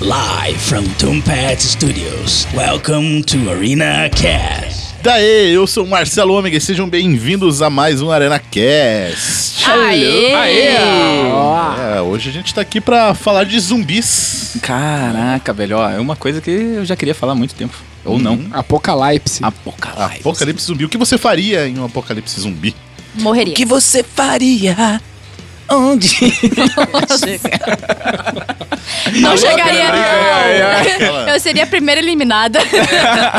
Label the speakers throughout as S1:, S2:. S1: Live from Tombat Studios. Welcome to Arena Cast.
S2: Daê, eu sou o Marcelo Ômega e sejam bem-vindos a mais um Arena Cast.
S3: Aê!
S2: É, hoje a gente tá aqui pra falar de zumbis.
S4: Caraca, velho, ó, é uma coisa que eu já queria falar há muito tempo. Ou não.
S5: Uhum.
S3: Apocalipse.
S4: Ah, Apocalipse.
S2: Apocalipse zumbi. O que você faria em um apocalipse zumbi?
S3: Morreria.
S4: que você faria? Onde?
S3: Não chegaria.
S2: ai, ai, ai.
S3: Eu seria a primeira eliminada.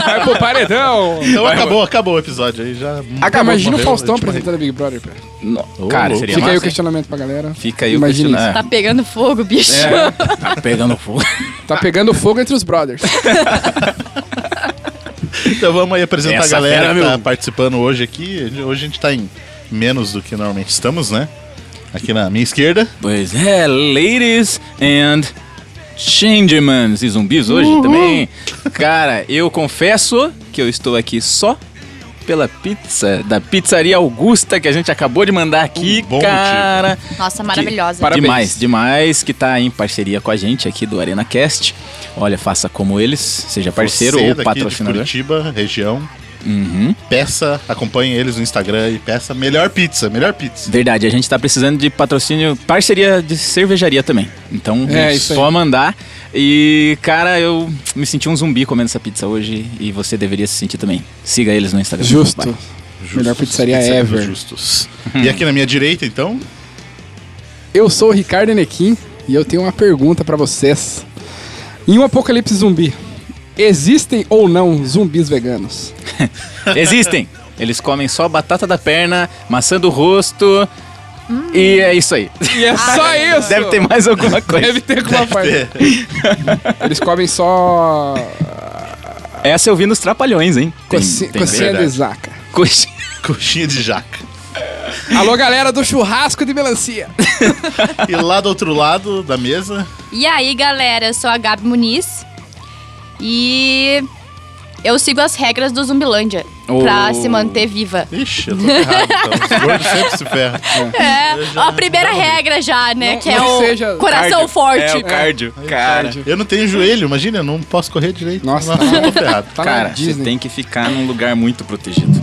S5: Vai pro paredão!
S2: Então acabou, acabou o episódio aí, já...
S5: Ah, Cara, imagina
S2: morreu,
S5: o Faustão
S2: tipo,
S5: apresentando Big Brother, pô.
S4: No-
S2: Ô,
S4: Cara,
S2: louco. Fica
S4: seria massa.
S5: Fica aí o
S4: hein?
S5: questionamento pra galera.
S4: Fica aí o
S5: Imagina
S4: questionamento.
S3: Tá pegando fogo, bicho.
S4: É, tá pegando fogo.
S5: Tá pegando fogo entre os brothers.
S2: Então vamos aí apresentar
S4: Essa
S2: a galera
S4: fera,
S2: que tá
S4: meu.
S2: participando hoje aqui. Hoje a gente tá em menos do que normalmente estamos, né? Aqui na minha esquerda.
S4: Pois é, ladies and changemans e zumbis hoje também. Cara, eu confesso que eu estou aqui só pela pizza da Pizzaria Augusta que a gente acabou de mandar aqui,
S2: Um bom
S4: cara.
S3: Nossa, maravilhosa.
S5: Parabéns.
S4: Demais, demais, que tá em parceria com a gente aqui do Arena Cast. Olha, faça como eles, seja parceiro
S2: Você
S4: ou
S2: daqui
S4: patrocinador.
S2: De Curitiba, região.
S4: Uhum.
S2: Peça, acompanhe eles no Instagram e peça melhor pizza, melhor pizza.
S4: Verdade, a gente tá precisando de patrocínio, parceria de cervejaria também. Então,
S5: É,
S4: é
S5: isso
S4: só mandar. E, cara, eu me senti um zumbi comendo essa pizza hoje e você deveria se sentir também. Siga eles no Instagram.
S5: Justo.
S4: Vai.
S5: Melhor pizzaria
S2: Pizzaria dos
S5: ever.
S2: Justos. E aqui na minha direita, então,
S5: Eu sou o Ricardo Enequim e eu tenho uma pergunta pra vocês. Em um apocalipse zumbi, existem ou não zumbis veganos?
S4: Existem! Eles comem só batata da perna, maçã do rosto.
S3: Hum.
S4: E é isso aí.
S5: E é só isso!
S4: Ah, Deve ter mais alguma coisa.
S5: Deve ter alguma parte. Eles comem só
S4: Essa eu vi nos Trapalhões, hein? Tem-
S5: coci-
S4: tem-
S5: cocinha de
S2: verdade.
S5: zaca.
S4: Coxinha.
S2: coxinha de jaca.
S5: Alô, galera do churrasco de melancia.
S2: E lá do outro lado da mesa,
S3: E aí, galera, eu sou a Gabi Muniz. E eu sigo as regras do Zumbilândia pra
S4: Oh.
S3: se manter viva.
S2: ixi, eu tô ferrado. Então. Os gordos sempre se ferram.
S3: É, ó, a primeira regra já, né?
S5: Não-
S3: que é
S5: não
S3: o
S5: seja-
S3: coração
S4: Cardio.
S3: forte.
S4: É, o cardio. Cara,
S5: Cardio.
S2: Eu não tenho joelho, imagina, eu não posso correr direito.
S5: Nossa,
S2: Nossa, eu tô ferrado.
S5: Tá na
S4: cara você
S5: Disney.
S4: tem que ficar num lugar muito protegido.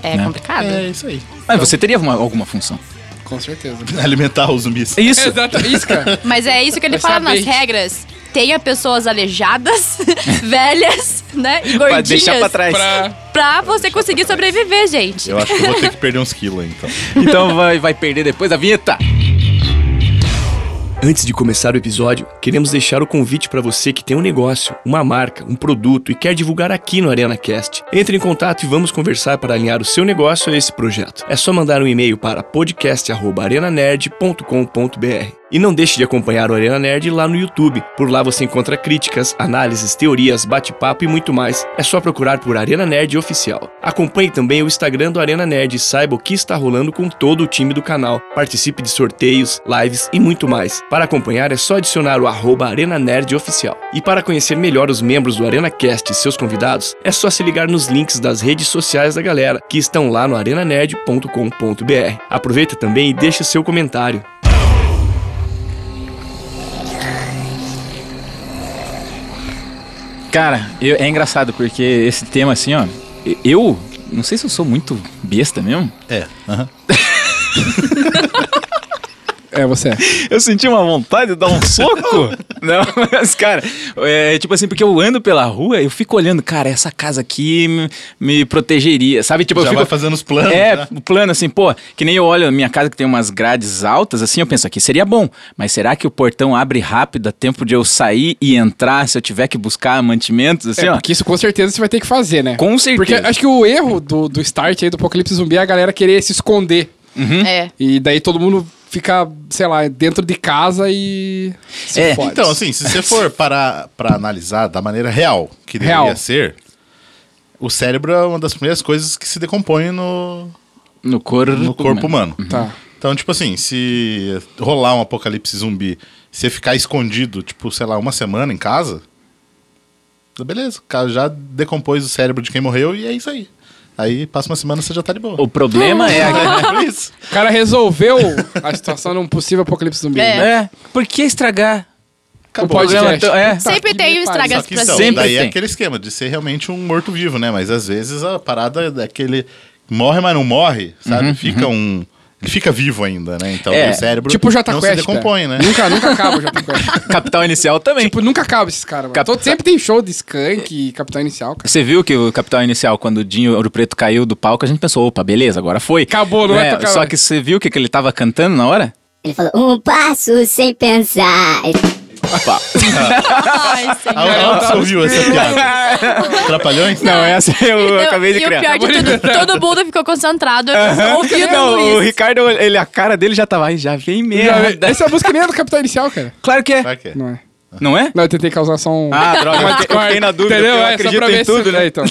S3: É complicado.
S2: É isso aí.
S4: Mas você teria uma- alguma função.
S5: Com certeza.
S2: Alimentar os zumbis.
S4: Isso.
S5: Exato, isso, cara.
S3: Mas é isso que ele
S5: Vai
S3: fala
S5: saber.
S3: nas regras. Tenha pessoas aleijadas, velhas, né? E
S4: Pra
S3: gordinhas.
S4: deixar pra trás.
S5: Pra...
S3: pra você conseguir sobreviver, gente.
S2: Eu acho que eu vou ter que perder uns quilos aí, então.
S4: Então vai, vai perder depois da vinheta.
S6: Antes de começar o episódio, queremos deixar o convite para você que tem um negócio, uma marca, um produto e quer divulgar aqui no ArenaCast. Entre em contato e vamos conversar para alinhar o seu negócio a esse projeto. É só mandar um e-mail para podcast@arenanerd.com.br. E não deixe de acompanhar o Arena Nerd lá no YouTube. Por lá você encontra críticas, análises, teorias, bate-papo e muito mais. É só procurar por Arena Nerd Oficial. Acompanhe também o Instagram do Arena Nerd e saiba o que está rolando com todo o time do canal. Participe de sorteios, lives e muito mais. Para acompanhar é só adicionar o arroba Arena Nerd Oficial. E para conhecer melhor os membros do ArenaCast e seus convidados, é só se ligar nos links das redes sociais da galera, que estão lá no arenanerd.com.br. Aproveita também e deixa seu comentário.
S4: Cara, eu- é engraçado porque esse tema assim, ó. Eu não sei se eu sou muito besta mesmo.
S2: É. aham.
S5: É, você.
S4: Eu senti uma vontade de dar um soco. Não, mas, cara, é tipo assim, porque eu ando pela rua, eu fico olhando, cara, essa casa aqui me, me protegeria, sabe? Tipo,
S2: Já
S4: eu fico
S2: vai fazendo os planos.
S4: É,
S2: né?
S4: o plano assim, pô, que nem eu olho a minha casa que tem umas grades altas, assim, eu penso aqui seria bom, mas será que o portão abre rápido, dá tempo de eu sair e entrar se eu tiver que buscar mantimentos, assim,
S5: É,
S4: ó?
S5: porque isso com certeza você vai ter que fazer, né?
S4: Com certeza.
S5: Porque acho que o erro do, do start aí do Apocalipse Zumbi é a galera querer se esconder.
S3: É.
S5: E daí todo mundo fica, sei lá, dentro de casa e. se
S4: É,
S5: fode.
S2: Então, assim, se você for parar pra analisar da maneira real que deveria
S5: Real.
S2: ser, o cérebro é uma das primeiras coisas que se decompõe no,
S4: No corpo,
S2: no corpo humano.
S5: Tá.
S2: Então, tipo assim, se rolar um apocalipse zumbi, se você ficar escondido, tipo, sei lá, uma semana em casa, tá beleza, o cara já decompôs o cérebro de quem morreu e é isso aí. Aí passa uma semana você já tá de boa.
S4: O problema é a...
S2: É isso.
S5: O cara resolveu a situação num possível Apocalipse Zumbi.
S3: É.
S5: né?
S4: É, por que estragar?
S5: o
S2: acabou.
S4: programa
S5: podcast.
S4: tão- é.
S3: Sempre tem o estraga-
S2: Só que então,
S4: Sempre
S2: daí é
S4: tem.
S2: aquele esquema de ser realmente um morto-vivo, né? Mas às vezes a parada é daquele. Morre, mas não morre, sabe? fica um. Ele fica vivo ainda, né? Então
S4: Uhum, É,
S2: o cérebro
S5: Tipo o Jota
S2: não
S5: Quest.
S2: se decompõe,
S5: cara.
S2: né?
S5: Nunca, nunca acaba o Jota Quest.
S4: Capital Inicial também.
S5: tipo, nunca acaba esses caras, mano.
S4: Capitão-
S5: Todo- sempre tem show de Skank e Capitão Inicial, cara.
S4: Você viu que o Capital Inicial, quando o Dinho Ouro Preto caiu do palco, a gente pensou, opa, beleza, agora foi.
S5: Acabou, não vai
S4: né?
S5: tocar
S4: Só
S5: mais.
S4: que você viu o que, que ele tava cantando na hora?
S7: Ele falou, um passo sem pensar.
S4: Opa.
S3: Ai, senhor.
S2: Ah, ah, você ouviu essa piada? Trapalhões?
S4: não, essa eu
S3: Não,
S4: acabei de
S3: e o
S4: criar.
S3: pior é de tudo, todo mundo ficou concentrado ouvindo
S4: Não, o
S3: Luiz.
S4: Ricardo, ele, a cara dele já tava, "Ai, já vem merda.
S5: Essa música nem é do Capitão Inicial, cara.
S4: Claro que é.
S2: Será que é?
S5: Não é.
S4: Não é?
S5: Não, eu tentei causar só um.
S4: Ah, droga, eu fiquei- eu fiquei na dúvida,
S5: Entendeu?
S4: porque eu
S5: É, só
S4: acredito
S5: pra
S4: em
S5: ver se-
S4: tudo, né?
S5: É, então.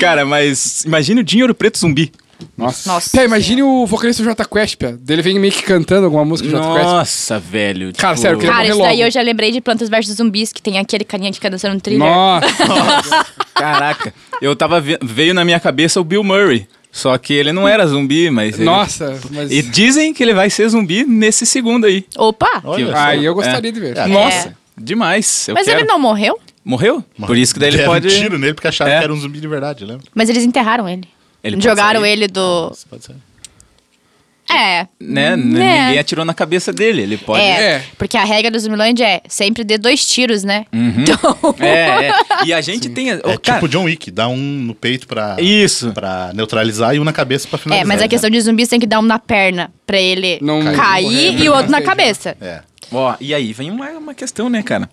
S4: Cara, mas imagina o Dinho Ouro Preto zumbi.
S5: Nossa.
S3: Nossa
S5: Tá, imagine o vocalista do Jota Quest, pia. Dele vem meio que cantando alguma música do Jota Quest.
S4: Nossa, velho. tipo,
S5: Cara, sério, eu queria-
S3: Cara,
S5: morrer
S3: isso daí
S5: logo.
S3: eu já lembrei de Plantas vs Zumbis, que tem aquele carinha que fica dançando um thriller.
S5: Nossa.
S4: Caraca. Eu tava... ve- Veio na minha cabeça o Bill Murray. Só que ele não era zumbi, mas... ele-
S5: Nossa. Mas...
S4: E dizem que ele vai ser zumbi nesse segundo aí.
S3: Opa!
S2: Olha só.
S5: Aí eu gostaria de ver.
S2: É.
S4: Nossa, demais. eu
S3: Mas
S4: quero.
S3: ele não morreu?
S4: Morreu? Por isso que daí ele
S2: Deram
S4: pode.
S2: um tiro nele porque acharam
S4: É.
S2: que era um zumbi de verdade, lembra?
S3: Mas eles enterraram ele.
S4: Ele pode
S3: Jogaram
S4: sair.
S3: ele do.
S2: Isso pode ser.
S3: É.
S4: Né? N-
S3: Né.
S4: Ninguém atirou na cabeça dele. Ele pode.
S3: É,
S5: É.
S3: Porque a regra do Zumbiland é sempre dê dois tiros, né?
S4: Hum,
S3: Então.
S4: É, é. E a gente tem. a-
S2: É
S4: Ô, cara,
S2: tipo John Wick, dá um no peito pra,
S4: Isso.
S2: pra neutralizar e um na cabeça pra
S3: É,
S2: finalizar.
S3: mas a questão de zumbis tem que dar um na perna pra ele
S5: Não
S3: cair
S4: né?
S5: morrer,
S3: e o outro na
S5: não seja.
S3: cabeça.
S2: É.
S4: Ó, e aí vem uma, uma questão, né, cara?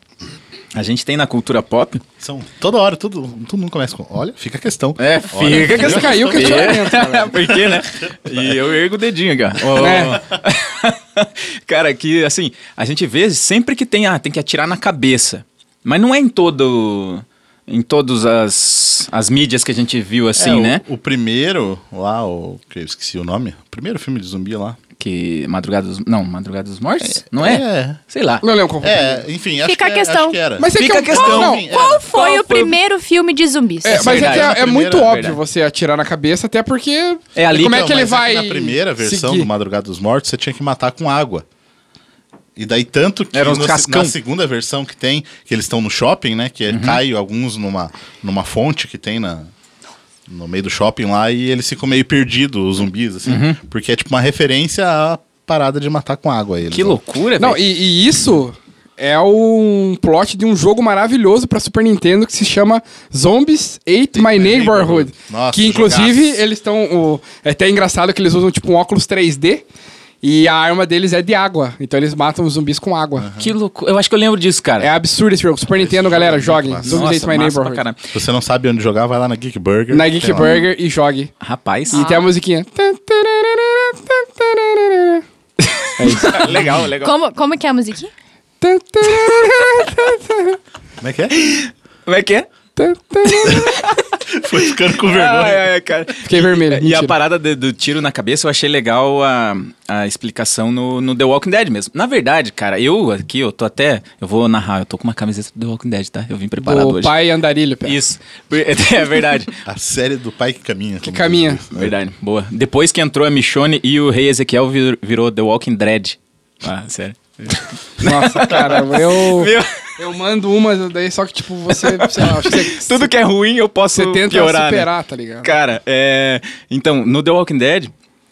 S4: A gente tem na cultura pop.
S2: São toda hora, tudo, todo mundo começa com. Olha, fica a questão.
S4: É,
S2: Olha,
S4: fica que
S5: Esse caiu o questionamento,
S4: É, porque, né? E eu ergo o dedinho aqui, ó. Ó, ó, ó. Cara, que assim, a gente vê sempre que tem, ah, tem que atirar na cabeça. Mas não é em todo. Em todas as, as mídias que a gente viu assim,
S2: É, o-
S4: né?
S2: O, primeiro lá, o que eu esqueci o nome, o primeiro filme de zumbi lá.
S4: Que. Madrugada dos. Não, Madrugada dos Mortos? não é?
S2: é.
S4: Sei lá.
S5: Não lembro qual foi.
S2: É, enfim, acho,
S3: Fica
S2: que,
S3: a questão.
S2: acho que era.
S5: Mas é
S4: Fica
S5: que é
S4: a
S5: um-
S4: questão.
S5: Não,
S2: Enfim, é.
S3: Qual foi
S4: Qual
S3: o
S4: foi o-
S3: primeiro filme de zumbis?
S5: É, mas é,
S4: Verdade,
S5: que é-
S2: na
S5: é
S2: primeira-
S5: muito óbvio
S4: verdade.
S5: você atirar na cabeça, até porque.
S4: É ali
S5: Como
S4: que-
S5: é que
S2: Não,
S5: ele
S2: mas é
S5: vai.
S2: na primeira versão
S5: seguir?
S2: do Madrugada dos Mortos, você tinha que matar com água. E daí tanto que
S4: Era
S5: um
S4: uns
S2: no-
S4: cascão.
S2: na segunda versão que tem, que eles estão no shopping, né? Que é-
S5: Uhum.
S2: cai alguns numa, numa fonte que tem na, no meio do shopping lá e eles ficam meio perdidos, os zumbis, assim.
S5: Uhum.
S2: Porque é tipo uma referência à parada de matar com água eles.
S4: Que
S2: né?
S4: loucura,
S5: Não,
S4: velho.
S5: e, e isso é um plot de um jogo maravilhoso pra Super Nintendo que se chama Zombies Ate My Neighborhood.
S2: Neighborhood. Nossa,
S5: que inclusive
S2: jogaço.
S5: eles estão. o- É até engraçado que eles usam tipo um óculos 3D e a arma deles é de água. Então eles matam os zumbis com água.
S4: Que loucura. Eu acho que eu lembro disso, cara.
S5: É absurdo esse jogo. Super Nintendo,
S2: jogo é
S5: galera,
S2: muito
S5: joguem.
S2: massa.
S5: Zombies Ate My
S4: massa pra
S5: Neighborhood.
S4: caramba.
S2: Se você não sabe onde jogar, vai lá na Geek Burger.
S5: Na
S2: Tem
S5: Geek
S2: lá.
S5: Burger e jogue.
S4: Rapaz.
S5: E tem a musiquinha.
S4: legal, legal.
S3: Como, como que é a musiquinha?
S2: Como é que é?
S4: Como é que é?
S2: Foi ficando com vergonha.
S4: Ai, ai, cara.
S5: Fiquei vermelho.
S4: E a
S5: mentira.
S4: parada de- do tiro na cabeça, eu achei legal a, a explicação no, no The Walking Dead mesmo. Na verdade, cara, eu aqui, eu tô até. Eu vou narrar, eu tô com uma camiseta do The Walking Dead, tá? Eu vim preparado
S5: do
S4: hoje.
S5: pai andarilho, pé.
S4: Isso. É verdade.
S2: A série do pai que caminha.
S5: Que caminha.
S4: Verdade, boa. Depois que entrou a Michonne e o Rei Ezequiel vir- virou The Walking Dread. Ah, sério.
S5: Nossa, cara, eu.
S4: Meu,
S5: Eu mando uma, daí só que, tipo, você. sei lá, acho que você,
S4: tudo que é ruim eu posso
S5: você tenta
S4: piorar, né?
S5: superar, tá ligado?
S4: Cara, é... Então, no The Walking Dead,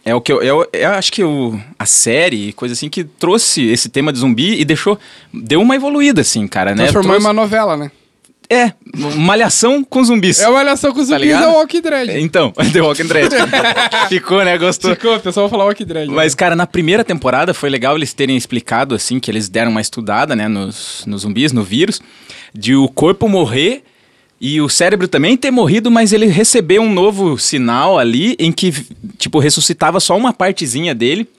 S4: é o que eu... Eu, eu acho que o a série, e coisa assim, que trouxe esse tema de zumbi e deixou... Deu uma evoluída, assim, cara, né?
S5: Transformou em
S4: Trouxe-
S5: uma novela, né?
S4: É, malhação com zumbis.
S5: É uma relação com os zumbis
S4: ligado?
S5: é o Walking Dread.
S4: Então, The Walking Dead. Ficou, né? Gostou.
S5: Ficou, o pessoal vai falar Walking Dread.
S4: Mas, cara, na primeira temporada foi legal eles terem explicado, assim, que eles deram uma estudada, né, nos, nos zumbis, no vírus, de o corpo morrer e o cérebro também ter morrido, mas ele recebeu um novo sinal ali em que, tipo, ressuscitava só uma partezinha dele,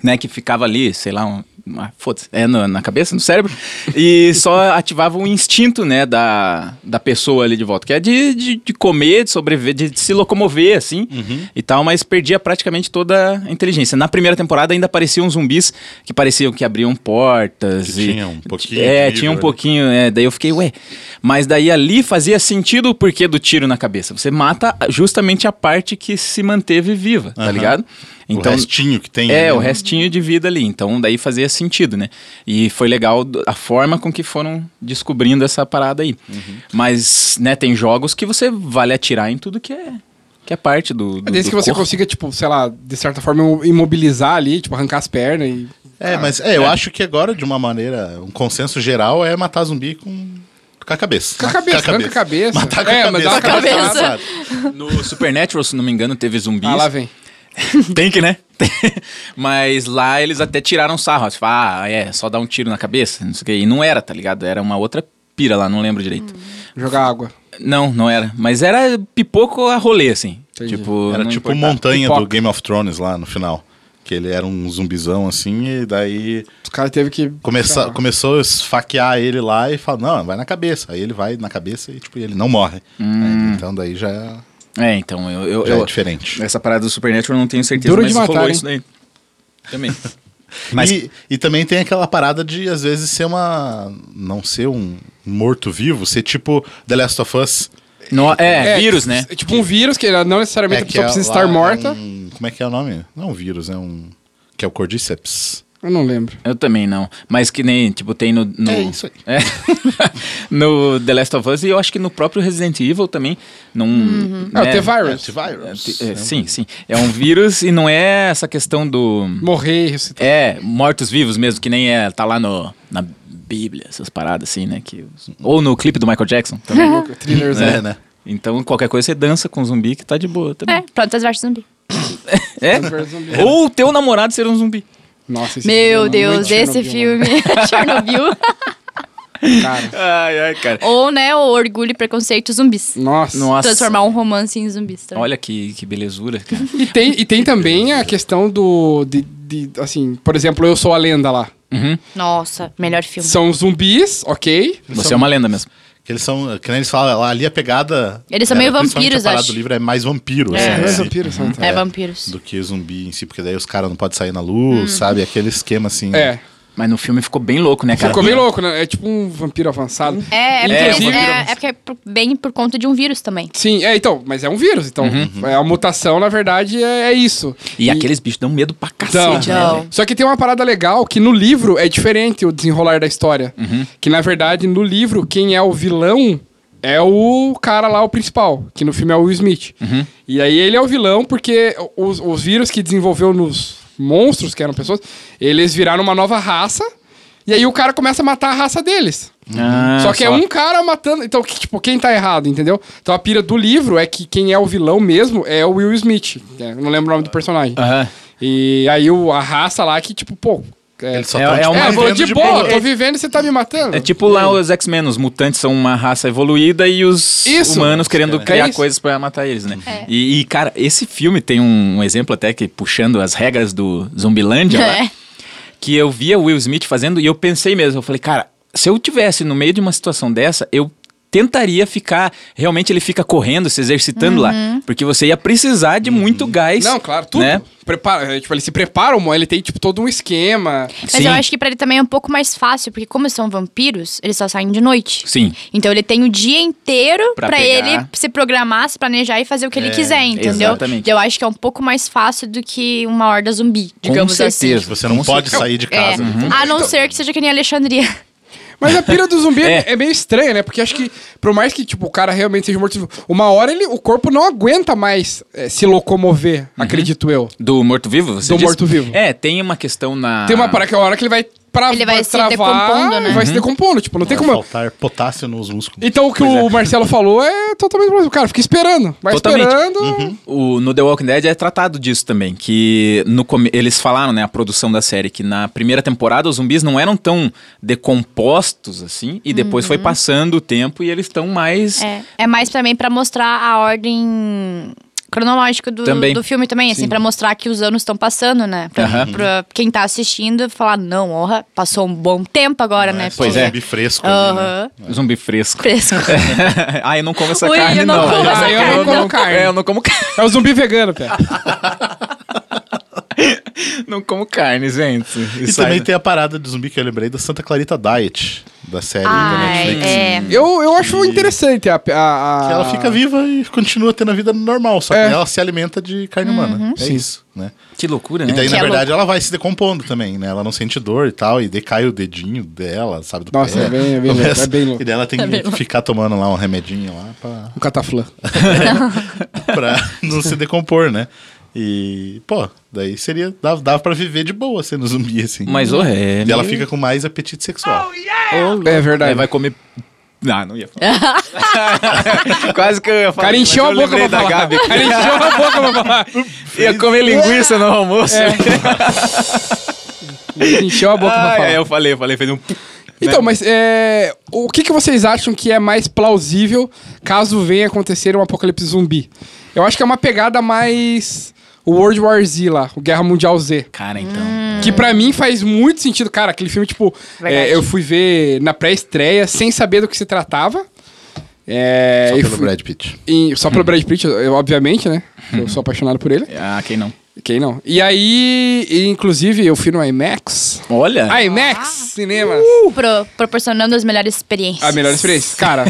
S4: né, que ficava ali, sei lá, um, uma, foda-se, é na, na cabeça, no cérebro, e só ativava o instinto, né, da, da pessoa ali de volta, que é de, de, de comer, de sobreviver, de, se locomover, assim,
S2: Uhum.
S4: e tal, mas perdia praticamente toda a inteligência. Na primeira temporada ainda apareciam zumbis que pareciam que abriam portas.
S2: Que
S4: e,
S2: tinha um pouquinho
S4: É,
S2: de
S4: tinha um
S2: livro, né?
S4: pouquinho, é, daí eu fiquei, ué, mas daí ali fazia sentido o porquê do tiro na cabeça, você mata justamente a parte que se manteve viva, tá
S2: Aham.
S4: ligado?
S5: Então,
S2: o restinho que tem.
S4: É,
S2: ali,
S4: o
S2: né?
S4: restinho de vida ali. Então, daí fazia sentido, né? E foi legal do- a forma com que foram descobrindo essa parada aí.
S5: Uhum.
S4: Mas, né, tem jogos que você vale atirar em tudo que é, que é parte do. do
S5: Desde
S4: do
S5: que você
S4: corpo.
S5: consiga, tipo, sei lá, de certa forma imobilizar ali, tipo, arrancar as pernas e.
S2: É, mas é, eu acho que agora, de uma maneira, um consenso geral é matar zumbi com. Com a cabeça.
S5: Com a cabeça,
S2: Matar
S5: arranca a cabeça.
S2: Matar com
S5: É,
S2: a
S5: mas
S2: cabeça.
S5: dá uma
S3: cabeça.
S2: Sabe?
S4: No Supernatural, se não me engano, teve zumbis.
S5: Ah, lá vem.
S4: Tem que, né? Mas lá eles até tiraram sarro. Tipo, ah, é, só dar um tiro na cabeça. Não sei o quê. E não era, tá ligado? Era uma outra pira lá, não lembro direito.
S5: Jogar água.
S4: Não, não era. Mas era pipoco a rolê, assim.
S5: Entendi.
S4: Tipo,
S2: Era
S4: não
S2: tipo
S4: importava.
S2: montanha
S5: Pipoca.
S2: do Game of Thrones lá no final. Que ele era um zumbizão assim, e daí
S5: Os caras teve que.
S2: começa, começou a esfaquear ele lá e fala: Não, vai na cabeça. Aí ele vai na cabeça e tipo, ele não morre.
S5: Hum.
S2: Aí, então daí já,
S4: É, então, eu. eu,
S2: já é
S4: eu-
S2: diferente.
S4: Essa parada do Supernatural eu não tenho certeza,
S5: Duro
S4: mas
S5: de matar,
S4: rolou
S5: hein?
S4: isso daí. Também.
S2: Mas... E, e também tem aquela parada de, às vezes, ser uma. Não ser um morto-vivo, ser tipo The Last of Us.
S4: No- é, vírus, né? É
S5: É tipo um vírus que não necessariamente a
S2: É que
S5: pessoa precisa
S2: lá
S5: estar morta.
S2: é um- como é que é o nome? Não é um vírus, é um. Que é o Cordyceps.
S5: Eu não lembro.
S4: Eu também não. Mas que nem, tipo, tem no. no-
S2: É isso aí.
S4: É. no The Last of Us e eu acho que no próprio Resident Evil também. Não.
S5: É, o
S4: né?
S5: T-Virus.
S2: Antivirus.
S4: É, sim, sim. É um vírus e não é essa questão do.
S5: Morrer e ressuscitar.
S4: É, mortos-vivos mesmo, que nem é, tá lá no, na Bíblia, essas paradas assim, né? Que, ou no clipe do Michael Jackson. Também.
S5: Thrillers,
S2: É,
S5: né?
S2: né?
S4: Então, qualquer coisa você dança com zumbi que tá de boa
S3: É,
S4: também.
S3: plantas versus zumbi.
S4: É?
S5: versus zumbi.
S4: Ou teu namorado ser um zumbi.
S5: Nossa, esse filme é
S3: Meu
S5: muito
S3: Deus, esse
S5: Chernobyl,
S3: filme Chernobyl.
S5: mano. Cara,
S4: Ai, ai, cara.
S3: Ou, né, o Orgulho e Preconceito Zumbis.
S5: nossa.
S4: Nossa.
S3: Transformar um romance em zumbis. também.
S4: Olha que, que belezura, cara.
S5: E tem, e tem também a questão do. De, de, assim, por exemplo, eu sou a lenda lá.
S3: Nossa, melhor filme.
S5: São zumbis, ok.
S4: Você é uma lenda mesmo.
S2: Que eles são. Que nem eles falam, lá, ali a pegada. é,
S3: Eles são meio
S2: principalmente
S3: vampiros,
S2: a parada
S3: acho.
S2: do livro é mais vampiro,
S3: É.
S2: assim,
S5: Não é
S2: né?
S5: vampiro, são-
S3: É, vampiros.
S2: Do que zumbi em si, porque daí os caras não podem sair na luz,
S3: Hum.
S2: sabe? Aquele esquema assim.
S5: É.
S4: Mas no filme ficou bem louco, né, cara?
S5: Ficou bem louco, né? É tipo um vampiro avançado.
S3: É, é porque,
S4: Inclusive-
S3: é, é porque é por- bem por conta de um vírus também.
S5: Sim, é, então, mas é um vírus, então. É a mutação, na verdade, é, é isso.
S4: E, aqueles bichos dão medo pra
S5: Então,
S4: cacete, né?
S3: Não.
S5: só que tem uma parada legal que no livro é diferente o desenrolar da história. Que na verdade no livro quem é o vilão é o cara lá, o principal, que no filme é o Will Smith. E aí ele é o vilão porque os, os vírus que desenvolveu nos monstros, que eram pessoas, eles viraram uma nova raça. E aí o cara começa a matar a raça deles.
S4: Ah,
S5: só que é um cara matando. Então, que, tipo, quem tá errado, entendeu? Então a pira do livro é que quem é o vilão mesmo é o Will Smith. É, não lembro o nome do personagem.
S4: Aham.
S5: E aí o, a raça lá que, tipo, pô. É,
S2: Eles só
S4: É-
S2: tão,
S4: é
S2: tipo,
S4: uma-
S5: é,
S2: vivendo
S5: vou de, boa,
S2: boa.
S5: tô vivendo e você tá me matando.
S4: É tipo lá os X-Men, os mutantes são uma raça evoluída e os
S5: Isso.
S4: humanos querendo
S5: É
S4: criar
S5: isso. É.
S4: coisas pra matar eles, né? E, e, cara, esse filme tem um, um exemplo até que puxando as regras do Zumbilândia lá,
S3: É.
S4: que eu via o Will Smith fazendo e eu pensei mesmo, eu falei, cara, se eu tivesse no meio de uma situação dessa, eu tentaria ficar, realmente ele fica correndo, se exercitando
S3: Uhum.
S4: lá, porque você ia precisar de muito gás.
S5: Uhum. Não, claro, tudo.
S4: Né?
S5: Prepara, é, tipo, ele se prepara, mo- ele tem, tipo, todo um esquema.
S3: Mas
S4: Sim.
S3: eu acho que pra ele também é um pouco mais fácil, porque como são vampiros, eles só saem de noite.
S4: Sim.
S3: Então ele tem o dia inteiro
S4: Pra
S3: pra,
S4: pegar. É,
S3: ele se programar, se planejar e fazer o que ele quiser, entendeu?
S4: exatamente.
S3: E eu acho que é um pouco mais fácil do que uma horda zumbi, digamos assim.
S4: certeza.
S2: Você não
S4: Com
S2: pode
S4: certeza.
S2: sair de
S3: É,
S2: casa.
S5: Uhum.
S2: Então,
S3: a não ser que seja que nem Alexandria.
S5: Mas a pira do zumbi
S4: É.
S5: é. é meio estranha, né? Porque acho que, por mais que, tipo, o cara realmente seja morto, uma hora ele, o corpo não aguenta mais é, se locomover, acredito eu.
S4: Do morto-vivo, você
S5: Do
S4: disse?
S5: morto-vivo.
S4: É, tem uma questão na...
S5: Tem uma parada que é a hora que ele vai pra,
S3: Ele vai
S5: pra
S3: se
S5: travar,
S3: decompondo, né?
S5: vai se decompondo, tipo, não tem como...
S2: Faltar potássio nos músculos.
S5: Então o que o Marcelo falou é totalmente... Cara, fica esperando, vai
S4: Totalmente.
S5: esperando...
S4: Uhum. O, no The Walking Dead é tratado disso também, que no come- eles falaram, né, a produção da série, que na primeira temporada os zumbis não eram tão decompostos assim, e depois foi passando o tempo e eles estão mais...
S3: Uhum. É, é mais também pra mostrar a ordem cronológica do,
S4: Também.
S3: do filme também, assim, pra mostrar que os anos estão passando, né? Pra,
S4: Aham.
S3: pra quem tá assistindo falar, não, honra, passou um bom tempo agora, né?
S2: só
S4: Pois
S3: Porque-
S4: é. Uhum.
S2: Zumbi fresco. ali, né?
S3: Aham.
S4: Zumbi fresco.
S3: Fresco.
S4: ah, eu não como essa
S3: Ui,
S4: carne,
S3: eu não como
S5: essa Ah, eu não carne, como não. carne.
S4: É, eu não como carne.
S5: É o zumbi vegano, pé.
S4: Não como carne, gente.
S2: E também tem a parada de zumbi que eu lembrei da Santa Clarita Diet. da série da
S3: Ai,
S2: Netflix.
S3: é.
S5: Eu, eu acho
S2: E-
S5: interessante a. a- a-
S2: Que ela fica viva e continua tendo a vida normal, só que
S5: Ah. É.
S2: ela se alimenta de carne humana. É isso, né?
S4: Que loucura, né?
S2: E daí,
S3: Uhum. Que
S2: na
S3: é
S2: verdade, ela vai se decompondo também, né? Ela não sente dor e tal, e daí cai o dedinho dela, sabe? Do
S5: Nossa,
S2: pé.
S5: é bem- é bem louco,
S2: Começa-
S5: é bem louco.
S2: E daí ela tem que ficar tomando lá um remedinho lá pra,
S5: Um cataflã.
S2: pra não se decompor, né? E, pô, daí seria. Dava, dava pra viver de boa sendo zumbi, assim.
S4: Mas o é.
S2: E ela fica com mais apetite sexual.
S5: É verdade.
S4: Aí né, vai comer. Não, não ia falar. Quase que eu ia
S5: O
S4: falar.
S5: cara encheu a
S4: mas eu
S5: boca
S4: lembrei
S5: pra falar.
S4: da Gabi.
S5: O cara encheu a boca pra falar.
S4: Ia comer linguiça no almoço.
S5: Encheu a boca pra
S4: Ah,
S5: falar.
S4: é, eu falei, eu falei, fez um.
S5: Então, mas é, o que, que vocês acham que é mais plausível caso venha acontecer um apocalipse zumbi? Eu acho que é uma pegada mais o World War Z lá, o Guerra Mundial Z.
S4: Cara, então.
S5: Que pra mim faz muito sentido, cara. Aquele filme, tipo,
S3: Verdade.
S5: é, eu fui ver na pré-estreia sem saber do que se tratava. É,
S2: Só
S5: e
S2: pelo
S5: fui-
S2: Brad Pitt.
S5: e só pelo Brad Pitt, eu- eu, obviamente, né? Eu sou apaixonado por
S2: É.
S5: ele.
S4: Ah, quem não?
S5: Quem não? E aí, e, inclusive, eu fui no IMAX.
S4: Olha.
S2: É.
S5: IMAX Cinemas.
S3: Pro- proporcionando as melhores experiências.
S5: A melhor experiência. Cara,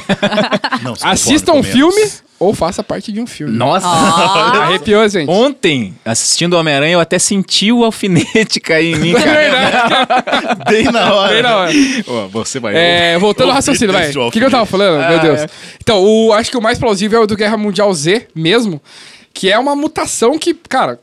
S2: Não, se
S5: assista um
S2: conforme, comemos.
S5: filme ou faça parte de um filme.
S4: Nossa.
S5: Arrepiou, gente.
S4: Ontem, assistindo Homem-Aranha, eu até senti o alfinete cair em mim,
S5: É
S4: cara.
S5: verdade,
S2: Bem na hora.
S5: bem na hora.
S4: Ó, você vai.
S5: É, voltando ao
S2: ouvi
S5: raciocínio, vai.
S2: desde o
S5: O que, que eu tava falando?
S4: É.
S5: Meu Deus. Então, o, acho que o mais plausível é o do Guerra Mundial Z mesmo, que é uma mutação que, cara,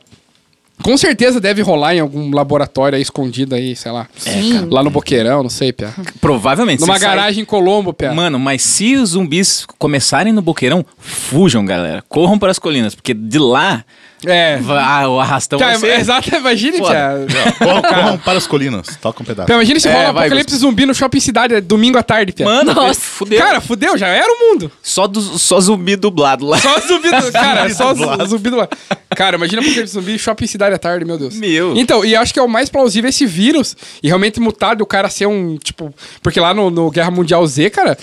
S5: com certeza deve rolar em algum laboratório aí escondido aí, sei lá.
S3: Sim.
S5: Lá no Boqueirão, não sei, Pia.
S4: Provavelmente.
S5: Numa
S4: se sai-
S5: garagem é. em Colombo, Pia.
S4: Mano, mas se os zumbis começarem no boqueirão, fujam, galera. Corram para as colinas, porque de lá
S5: É.
S4: vá- o arrastão
S5: Tá,
S4: vai ser...
S5: exato, imagina,
S4: Então Foda.
S5: Pia.
S2: Corram, corram para as colinas, toca um pedaço.
S5: Pia, Imagina se
S4: É,
S5: rola um
S4: vai,
S5: apocalipse zumbi no shopping cidade, é domingo à tarde, Pia.
S4: Mano,
S3: Nossa.
S4: fudeu.
S5: Cara, fudeu, já era o mundo.
S4: só, do, só zumbi dublado lá.
S5: Só zumbi do, Cara, só
S2: do lado.
S5: zu- zumbi do lado. Cara, imagina porque zumbi shopping cidade à tarde, meu Deus.
S4: Meu.
S5: Então, e acho que é o mais plausível esse vírus e realmente mutado o cara ser um, tipo. Porque lá no, no Guerra Mundial Z, cara.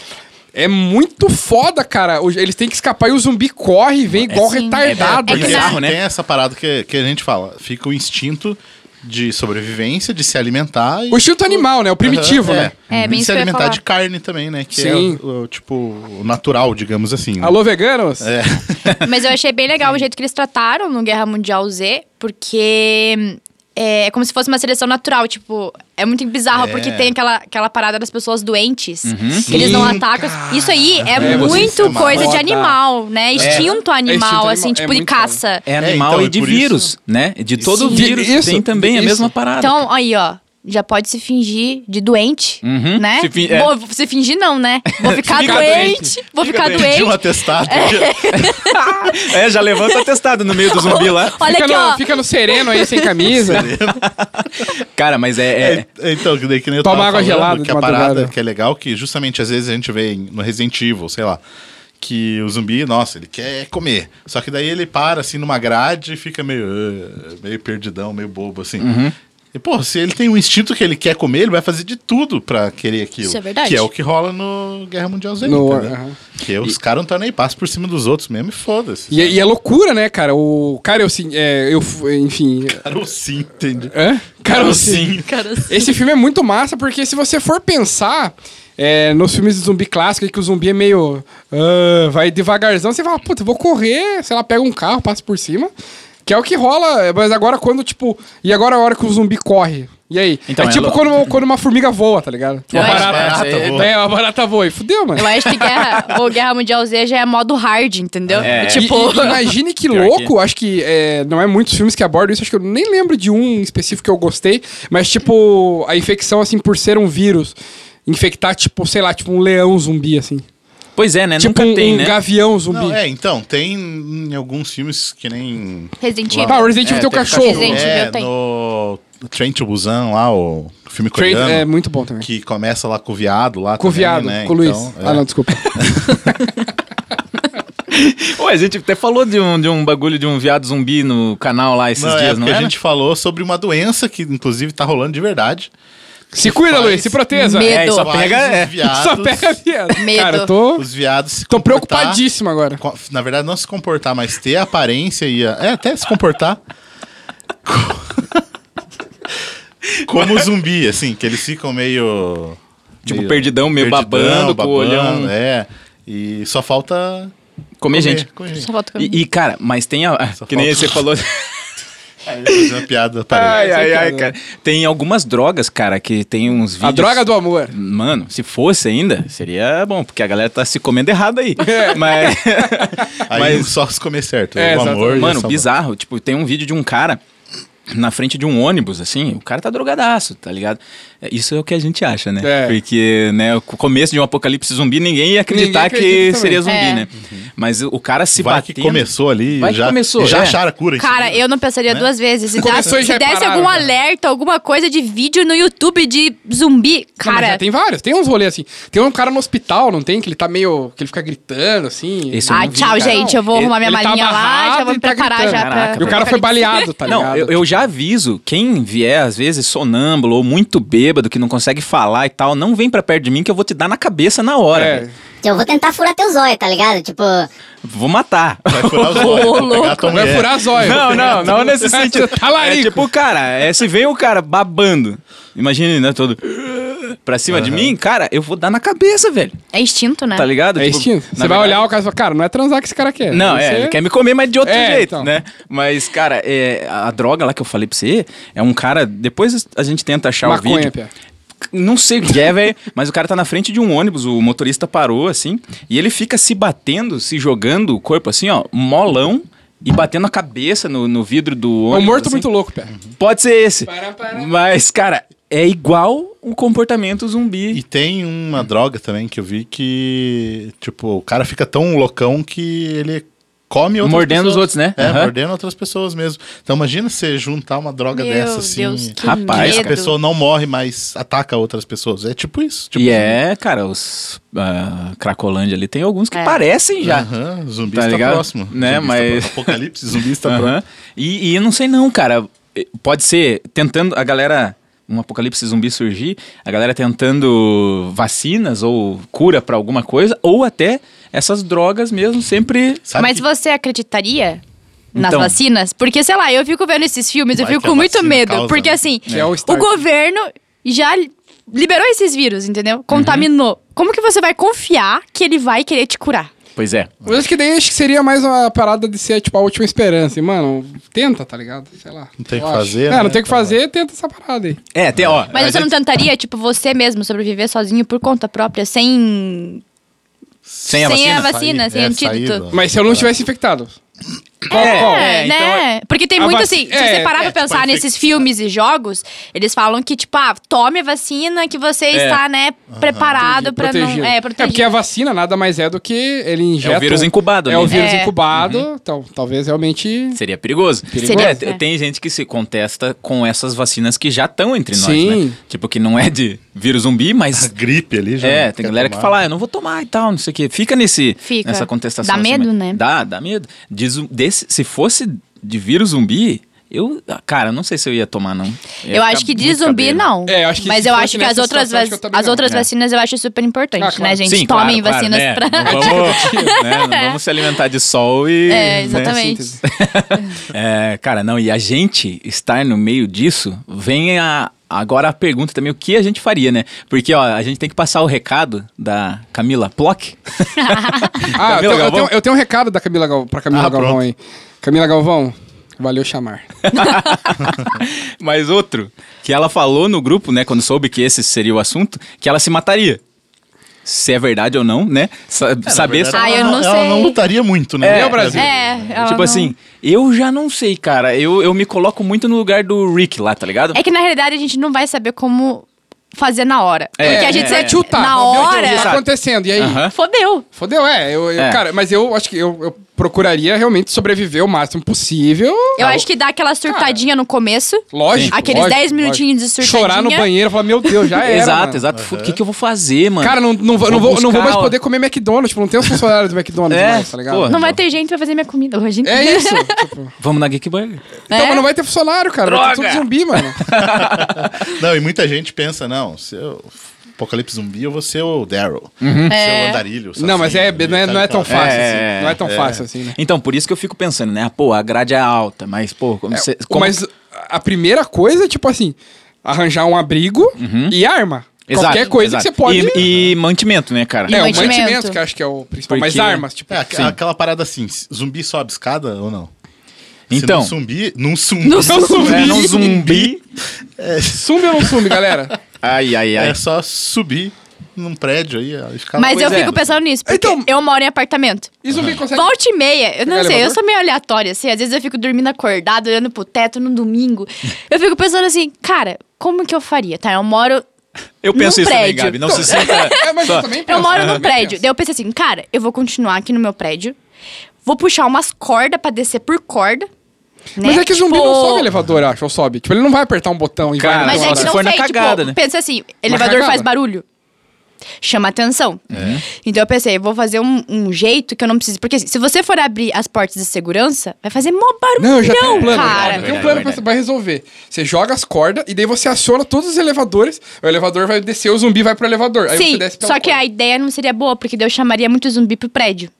S5: É muito foda, cara. O- Eles têm que escapar e o zumbi corre e vem igual
S3: É sim.
S5: retardado.
S3: É
S2: Porque
S3: que
S5: cara.
S3: na-
S2: tem, tem essa parada que, que a gente fala. Fica o instinto de sobrevivência, de se alimentar. E,
S5: O instinto animal, né? O primitivo,
S2: Aham,
S5: né?
S3: É,
S2: E
S3: bem
S2: de se
S3: isso que eu ia
S2: alimentar
S3: falar.
S2: de carne também, né? Que
S5: Sim.
S2: é o, o, tipo o natural, digamos assim. né?
S5: Alô, veganos?
S2: É.
S3: Mas eu achei bem legal o jeito que eles trataram no Guerra Mundial Z, porque é como se fosse uma seleção natural, tipo, é muito bizarro,
S2: É.
S3: porque tem aquela, aquela parada das pessoas doentes, que eles não
S5: Sim,
S3: atacam. Isso aí é,
S2: É, você
S3: muito
S2: chama-
S3: coisa de
S5: Foda.
S3: animal, né? Instinto animal,
S5: animal,
S3: assim,
S5: é
S3: tipo, de
S5: muito foda.
S3: caça.
S4: É
S2: É,
S4: animal
S2: então,
S4: e
S2: e
S4: de
S2: por
S4: vírus,
S2: isso-
S4: né? E De todo
S5: Sim.
S4: vírus
S5: Isso,
S4: tem também a
S5: isso.
S4: mesma parada.
S3: Então, aí, ó. Já pode se fingir de doente, né?
S4: Se fin- é.
S3: Vou, se fingir não, né? Vou ficar,
S5: Fica
S3: doente,
S5: doente.
S3: vou
S4: Fica
S3: ficar
S4: doente.
S3: doente.
S2: Tinha um atestado.
S4: É, já levanta atestado no meio do zumbi lá.
S3: Olha
S5: fica,
S3: aqui,
S5: no,
S3: ó.
S5: fica no sereno aí, sem camisa.
S4: Cara, mas é... é-
S2: É, então, que daí que nem eu
S5: Toma
S2: tava
S5: água
S2: falando,
S5: gelada
S2: que a
S5: de
S2: parada
S5: madrugada.
S2: que é legal, que justamente às vezes a gente vê em- no Resident Evil, sei lá, que o zumbi, nossa, ele quer comer. Só que daí ele para assim numa grade e fica meio, "Ah", meio perdidão, meio bobo assim.
S5: Uhum.
S2: E, pô, se ele tem um instinto que ele quer comer, ele vai fazer de tudo pra querer aquilo.
S3: Isso é verdade.
S2: Que é o que rola no Guerra Mundial Z,
S5: No-
S2: entendeu?
S5: aham.
S2: Que é, os caras não estão nem passam por cima dos outros mesmo e foda-se.
S5: E, e é loucura, né, cara? O cara, eu, sim, é, eu fu- enfim.
S2: Cara, sim, entendi.
S5: Hã? Cara, eu, sim.
S3: Cara,
S5: Esse filme é muito massa, porque se você for pensar é, nos filmes de zumbi clássico, que o zumbi é meio. ah, vai devagarzão, você fala, puta, eu vou correr, sei lá, pega um carro, passa por cima. Que é o que rola, mas agora quando, tipo. E agora a hora que o zumbi corre? E aí?
S4: Então,
S5: é
S4: é
S5: tipo
S4: lou-
S5: quando, quando uma formiga voa, tá ligado? Uma
S3: Eu acho-
S5: barata.
S2: Barata voa.
S5: É, uma barata voa. E fudeu, mano.
S3: Eu acho que Guerra, ou Guerra Mundial Z já é modo hard, entendeu?
S4: É.
S3: Tipo,
S5: E- e- imagine que
S4: Pior
S5: louco, acho que é, não é muitos filmes que abordam isso, acho que eu nem lembro de um específico que eu gostei, mas tipo, a infecção, assim, por ser um vírus, infectar, tipo, sei lá, tipo um leão zumbi, assim.
S4: Pois é, né?
S5: tipo
S4: Nunca
S5: um,
S4: tem,
S5: um
S4: né?
S5: gavião zumbi.
S2: Não, é, então, tem em alguns filmes que nem
S3: Resident Evil.
S5: Ah, o Resident Evil
S4: É,
S5: tem o
S4: tem
S5: cachorro.
S3: cachorro. Resident
S2: é,
S3: Evil tem.
S2: no Train to Busan lá, o filme
S5: Trade-
S2: coreano.
S5: é muito bom também.
S2: Que começa lá com o viado lá
S5: Com o
S2: também,
S5: viado,
S2: né?
S5: com o Luiz.
S2: Então, é.
S5: Ah, não, desculpa.
S4: Ué, a gente até falou de um, de um bagulho de um viado zumbi no canal lá esses
S2: Não, é
S4: dias, não
S2: porque
S4: é?
S2: a gente falou sobre uma doença que, inclusive, tá rolando de verdade.
S5: se cuida,
S2: Faz
S5: Luiz, se proteja.
S3: medo.
S4: É, e só
S2: Quais
S4: pega...
S2: os
S4: É.
S2: viados,
S5: Só pega viado.
S3: Medo.
S5: Cara, eu tô,
S2: Os viados se
S5: tô
S2: comportar-
S5: preocupadíssimo agora.
S2: co- Na verdade, não se comportar, mas ter a aparência e a- É, até se comportar... co- Como zumbi, assim, que eles ficam meio...
S4: Tipo, perdidão meio
S2: Perdidão,
S4: babando, com o olhão.
S2: É. E só falta.
S4: Comer gente.
S2: comer gente.
S3: Só falta comer.
S4: E, e, cara, mas tem a.
S2: Só
S4: que nem
S2: falta-
S4: você falou.
S2: Fazer uma piada parede.
S4: ai, ai, ai, cara. Tem algumas drogas, cara, que tem uns vídeos.
S5: A droga do amor.
S4: Mano, se fosse ainda, seria bom, porque a galera tá se comendo errado aí.
S5: É.
S4: Mas.
S2: Aí
S4: mas
S2: só se comer certo.
S5: É,
S2: o
S5: exato.
S2: amor.
S4: Mano,
S2: só-
S4: bizarro. Tipo, tem um vídeo de um cara na frente de um ônibus, assim, o cara tá drogadaço, tá ligado? É, Isso é o que a gente acha, né?
S5: É.
S4: Porque, né, o começo de um apocalipse zumbi, ninguém ia acreditar
S5: Ninguém acredita
S4: que seria zumbi,
S3: também. É.
S4: né? Mas o cara se
S2: Vai
S4: bateu.
S2: que começou ali.
S4: Vai que
S2: já,
S4: começou,
S2: Já
S4: é.
S2: acharam a cura. em
S3: Cara,
S2: seguida.
S3: eu não pensaria duas vezes. Se, dá,
S5: né? Começou e
S3: se
S5: já
S3: desse
S5: pararam,
S3: algum
S5: né?
S3: alerta, alguma coisa de vídeo no YouTube de zumbi,
S5: Não, mas
S3: cara.
S5: já tem vários, tem uns rolês assim. Tem um cara no hospital, não tem? Que ele tá meio. que ele fica gritando assim.
S4: Esse eu
S3: Ah,
S4: não vi,
S3: tchau,
S4: cara.
S3: gente. Eu vou
S5: Ele-
S3: arrumar minha
S5: ele tá
S3: malinha lá, já
S5: amarrado
S3: vou
S5: e
S3: me
S5: tá
S3: preparar já
S5: gritando.
S3: pra.
S4: Caraca,
S5: E o cara foi baleado, tá
S4: Não,
S5: ligado?
S4: eu, eu já aviso, quem vier, às vezes, sonâmbulo ou muito bêbado, que não consegue falar e tal, não vem pra perto de mim que eu vou te dar na cabeça na hora.
S5: É.
S4: velho.
S7: Eu vou tentar furar teu zóio, tá ligado? Tipo,
S4: Vou matar.
S2: Vai furar os olhos. vai pegar a tua
S5: Vai
S2: mulher.
S5: furar tá zóio.
S4: é? Não, não, não nesse sentido. É
S5: Talarico.
S4: tipo, cara, é, se vem o cara babando, imagine, né, todo pra cima de mim, cara, eu vou dar na cabeça, velho.
S3: É instinto, né?
S4: Tá ligado?
S5: É
S4: Tipo,
S5: instinto.
S4: na
S5: Você vai
S4: verdade-
S5: olhar o cara e falar, cara, não é transar que esse cara quer.
S4: Não,
S5: Você-
S4: é, ele quer me comer, mas de outro
S5: É,
S4: jeito,
S5: então.
S4: né? Mas, cara, é, a droga lá que eu falei pra você é um cara. Depois a gente tenta achar o
S5: Maconha,
S4: vídeo.
S5: Pia.
S4: Não sei o que é, velho, mas o cara tá na frente de um ônibus, o motorista parou, assim, e ele fica se batendo, se jogando o corpo, assim, ó, molão, e batendo a cabeça no, no vidro do
S5: É um
S4: ônibus.
S5: morto
S4: assim.
S5: muito louco, pé.
S4: Pode ser esse.
S5: Para, para.
S4: Mas, cara, é igual um comportamento
S2: E
S4: zumbi.
S2: tem uma droga também que eu vi que, tipo, o cara fica tão loucão que ele come outras
S4: Mordendo os
S2: pessoas.
S4: outros, né?
S2: É,
S4: Aham.
S2: mordendo outras pessoas mesmo. Então imagina você juntar uma droga
S3: Meu
S2: dessa assim.
S3: Deus, que
S4: Rapaz,
S2: a
S3: medo.
S2: pessoa não morre, mas ataca outras pessoas. É tipo isso. Tipo
S4: e é, cara, os ah, Cracolândia ali tem alguns que parecem já.
S2: Aham, zumbi
S4: Tá
S2: está
S4: ligado?
S2: próximo.
S4: Né,
S2: Zumbi
S4: mas- tá
S2: está pro- Apocalipse, zumbi está
S4: Aham.
S2: próximo.
S4: E, e eu não sei não, cara. Pode ser tentando a galera um apocalipse zumbi surgir, a galera tentando vacinas ou cura pra alguma coisa, ou até essas drogas mesmo sempre.
S2: Sabe
S3: Mas
S2: que-
S3: você acreditaria nas
S4: Então.
S3: vacinas? Porque, sei lá, eu fico vendo esses filmes, eu
S2: Vai
S3: fico
S2: que a
S3: com muito
S2: vacina
S3: medo.
S2: causa,
S3: porque,
S2: né?
S3: assim,
S5: Que é o
S3: o
S5: start.
S3: governo já liberou esses vírus, entendeu? Contaminou. Como que você vai confiar que ele vai querer te curar?
S4: Pois é.
S5: Mas acho que daí acho que seria mais uma parada de ser, tipo, a última esperança. E, mano, tenta, tá ligado? Sei lá.
S2: Não tem o que
S5: Eu acho.
S2: fazer,
S5: É,
S2: né? Tá
S5: não tem o que fazer, tenta essa parada aí.
S4: É, tem, ó.
S3: Mas
S4: a
S3: você não
S4: gente-
S3: tentaria, tipo, você mesmo sobreviver sozinho por conta própria, sem.
S4: Sem a
S3: sem
S4: vacina?
S3: a vacina, sem
S2: é,
S3: antídoto.
S2: saída.
S5: Mas se eu não tivesse infectado. Qual,
S4: É.
S5: qual?
S4: É,
S3: É,
S4: então
S3: né? Porque tem
S5: a
S3: muito
S5: vaci-
S3: assim. Se
S5: é,
S3: você parar
S5: é,
S3: pra pensar nesses filmes e jogos, eles falam que, tipo, ah, tome a vacina que você está, né, preparado pra
S5: Protegido.
S3: não. É,
S5: É porque
S3: protegido.
S5: a vacina nada mais é do que ele injeta.
S4: É o vírus incubado,
S5: É
S4: né?
S5: o vírus
S3: É.
S5: incubado. Então, talvez realmente.
S4: Seria perigoso.
S3: Perigoso.
S4: É,
S3: Seria, é.
S4: Tem gente que se contesta com essas vacinas que já estão entre nós,
S5: Sim.
S4: né? Tipo, que não é de vírus zumbi,
S2: A
S4: mas.
S2: gripe ali já.
S4: É,
S2: não
S4: tem
S2: quer
S4: galera que
S2: tomar.
S4: fala, ah, eu não vou tomar e tal, não sei o quê. Fica nesse,
S3: Fica.
S4: nessa contestação.
S3: Dá medo, né?
S4: Dá, dá medo. De zum- desse- se fosse de vírus zumbi, eu. Cara, não sei se eu ia tomar, não. Ia
S3: Eu
S4: ficar
S3: acho que de
S4: muito
S3: zumbi,
S4: cabreiro.
S3: não.
S5: É, eu acho que
S3: Mas
S5: se
S3: eu
S5: fosse
S3: acho que as
S5: nessa
S3: outras,
S5: situação, acho
S3: vac-
S5: que eu também
S3: as
S5: não.
S3: outras
S4: É.
S3: vacinas eu acho super importante,
S5: Ah, claro.
S3: né, gente?
S4: Sim,
S3: Tomem
S4: claro, claro,
S3: vacinas
S4: né?
S3: pra.
S4: Não vamos, né? Não vamos se alimentar de sol e.
S3: É,
S4: né?
S3: exatamente.
S4: É, cara, não, e a gente estar no meio disso, vem a, agora a pergunta também, o que a gente faria, né? Porque, ó, a gente tem que passar o recado da Camila Plock.
S5: Ah, eu
S4: Camila
S5: tenho, eu,
S4: Galvão?
S5: tenho, eu tenho um recado da Camila Galvão, pra Camila
S2: Ah,
S5: Galvão
S2: pronto.
S5: aí. Camila Galvão, valeu chamar.
S4: Mas outro, que ela falou no grupo, né, quando soube que esse seria o assunto, que ela se mataria. Se é verdade ou não, né? Sa- saber
S2: Na
S4: só.
S2: verdade,
S3: Ah, eu
S2: ela
S3: não
S2: Ela não
S3: sei.
S2: lutaria muito, né?
S5: É, o Brasil.
S3: É, ela
S4: tipo
S3: não-
S4: assim, eu já não sei, cara. Eu, eu me coloco muito no lugar do Rick lá, tá ligado?
S3: É que na realidade a gente não vai saber como fazer na hora.
S4: É,
S3: porque a
S4: é,
S3: gente
S4: é.
S3: vai
S5: Chutar.
S3: na
S5: Meu Deus,
S3: hora.
S5: o que tá acontecendo? E aí?
S4: Aham.
S3: Fodeu.
S5: Fodeu, é. Eu, eu-
S4: É.
S5: Cara, mas eu acho que eu, eu procuraria realmente sobreviver o máximo possível.
S3: Eu acho que dá aquela surtadinha no começo.
S5: Lógico.
S3: Aqueles
S5: lógico,
S3: 10 minutinhos
S5: lógico.
S3: de surtadinha.
S5: Chorar no banheiro e falar, meu Deus, já É, era.
S4: exato,
S5: mano.
S4: exato. Fu- O que, que eu vou fazer, mano?
S5: Cara, não, não, vou- não,
S4: Vou
S5: vou, não vou
S4: buscar,
S5: mais
S4: ó.
S5: poder comer McDonald's, tipo, não tem os funcionários do McDonald's
S4: É,
S5: mais, tá ligado?
S4: pô.
S3: Não vai ter gente pra fazer minha comida hoje.
S5: É isso. tipo,
S4: Vamos na Geek Burger.
S5: Então,
S3: É?
S5: mas não vai ter funcionário, cara. Vai ter
S4: Droga!
S5: tudo zumbi, mano.
S2: Não, e muita gente pensa, não, se eu... Apocalipse zumbi, eu vou ser o Daryl. Ser o andarilho. o
S5: não, mas é,
S2: assassino,
S5: não, é,
S2: sabe
S5: não é tão
S2: aquela-
S5: fácil
S4: É,
S5: assim. Não é tão fácil assim, né?
S4: Então, por isso que eu fico pensando, né? Ah, Pô, a grade é alta, mas, pô,
S5: É,
S4: como você. Como...
S5: Mas a primeira coisa é, tipo assim, arranjar um abrigo e arma.
S4: Uhum. Exato,
S5: Qualquer coisa que
S4: exato.
S5: você pode.
S4: E, e mantimento, né, cara?
S3: E
S5: é, o
S3: mantimento.
S5: mantimento, que eu acho que é o principal. Mas
S4: Porque-
S5: armas, tipo.
S2: É, aqu-
S4: Sim.
S2: aquela parada assim, zumbi sobe escada ou não?
S4: Então.
S2: Se não zumbi, não zumbi.
S3: Não zumbi.
S4: É, não zumbi.
S5: Sume ou não sume, galera?
S4: Ai, ai, ai.
S2: É só subir num prédio aí, a escada.
S3: Mas eu
S4: Pois é.
S3: fico pensando nisso, porque
S5: Então-
S3: eu moro em apartamento.
S5: E zumbi consegue.
S3: Volta e meia, eu não
S5: Pegar
S3: sei, eu
S5: elevador?
S3: sou meio aleatória, assim. Às vezes eu fico dormindo acordado, olhando pro teto no domingo. Eu fico pensando assim, cara, como que eu faria? Tá, eu moro.
S4: Eu penso
S3: num
S4: isso também,
S3: prédio.
S4: Gabi. Não se sinta.
S5: É, mas
S4: só-
S5: eu também penso.
S3: Eu moro num
S5: também
S3: prédio.
S5: penso.
S3: Daí eu pensei assim, cara, eu vou continuar aqui no meu prédio. Vou puxar umas cordas pra descer por corda. né?
S5: Mas é que zumbi não
S3: Tipo,
S5: sobe elevador, eu acho, ou sobe. Tipo, ele não vai apertar um botão e
S4: Cara,
S5: vai.
S3: Mas
S5: na
S3: é
S4: Agora,
S3: que
S4: se
S3: não
S4: for
S3: sei,
S4: na
S3: tipo,
S4: cagada, né?
S3: pensa assim, elevador
S5: cagada. É.
S3: faz barulho. Chama atenção. Então eu pensei, vou fazer um, um jeito que eu não precise. Porque assim, se você for abrir as portas de segurança, vai fazer mó barulhão,
S5: Não, eu já tenho um plano.
S3: cara.
S5: eu tenho um
S4: É Verdade,
S5: plano pra,
S4: verdade.
S5: pra resolver. Você joga as cordas e daí você aciona todos os elevadores. O elevador vai descer, o zumbi vai pro elevador. Aí
S3: Sim,
S5: você desce pela
S3: só que
S5: corda.
S3: a ideia não seria boa, porque daí eu chamaria muito zumbi pro prédio.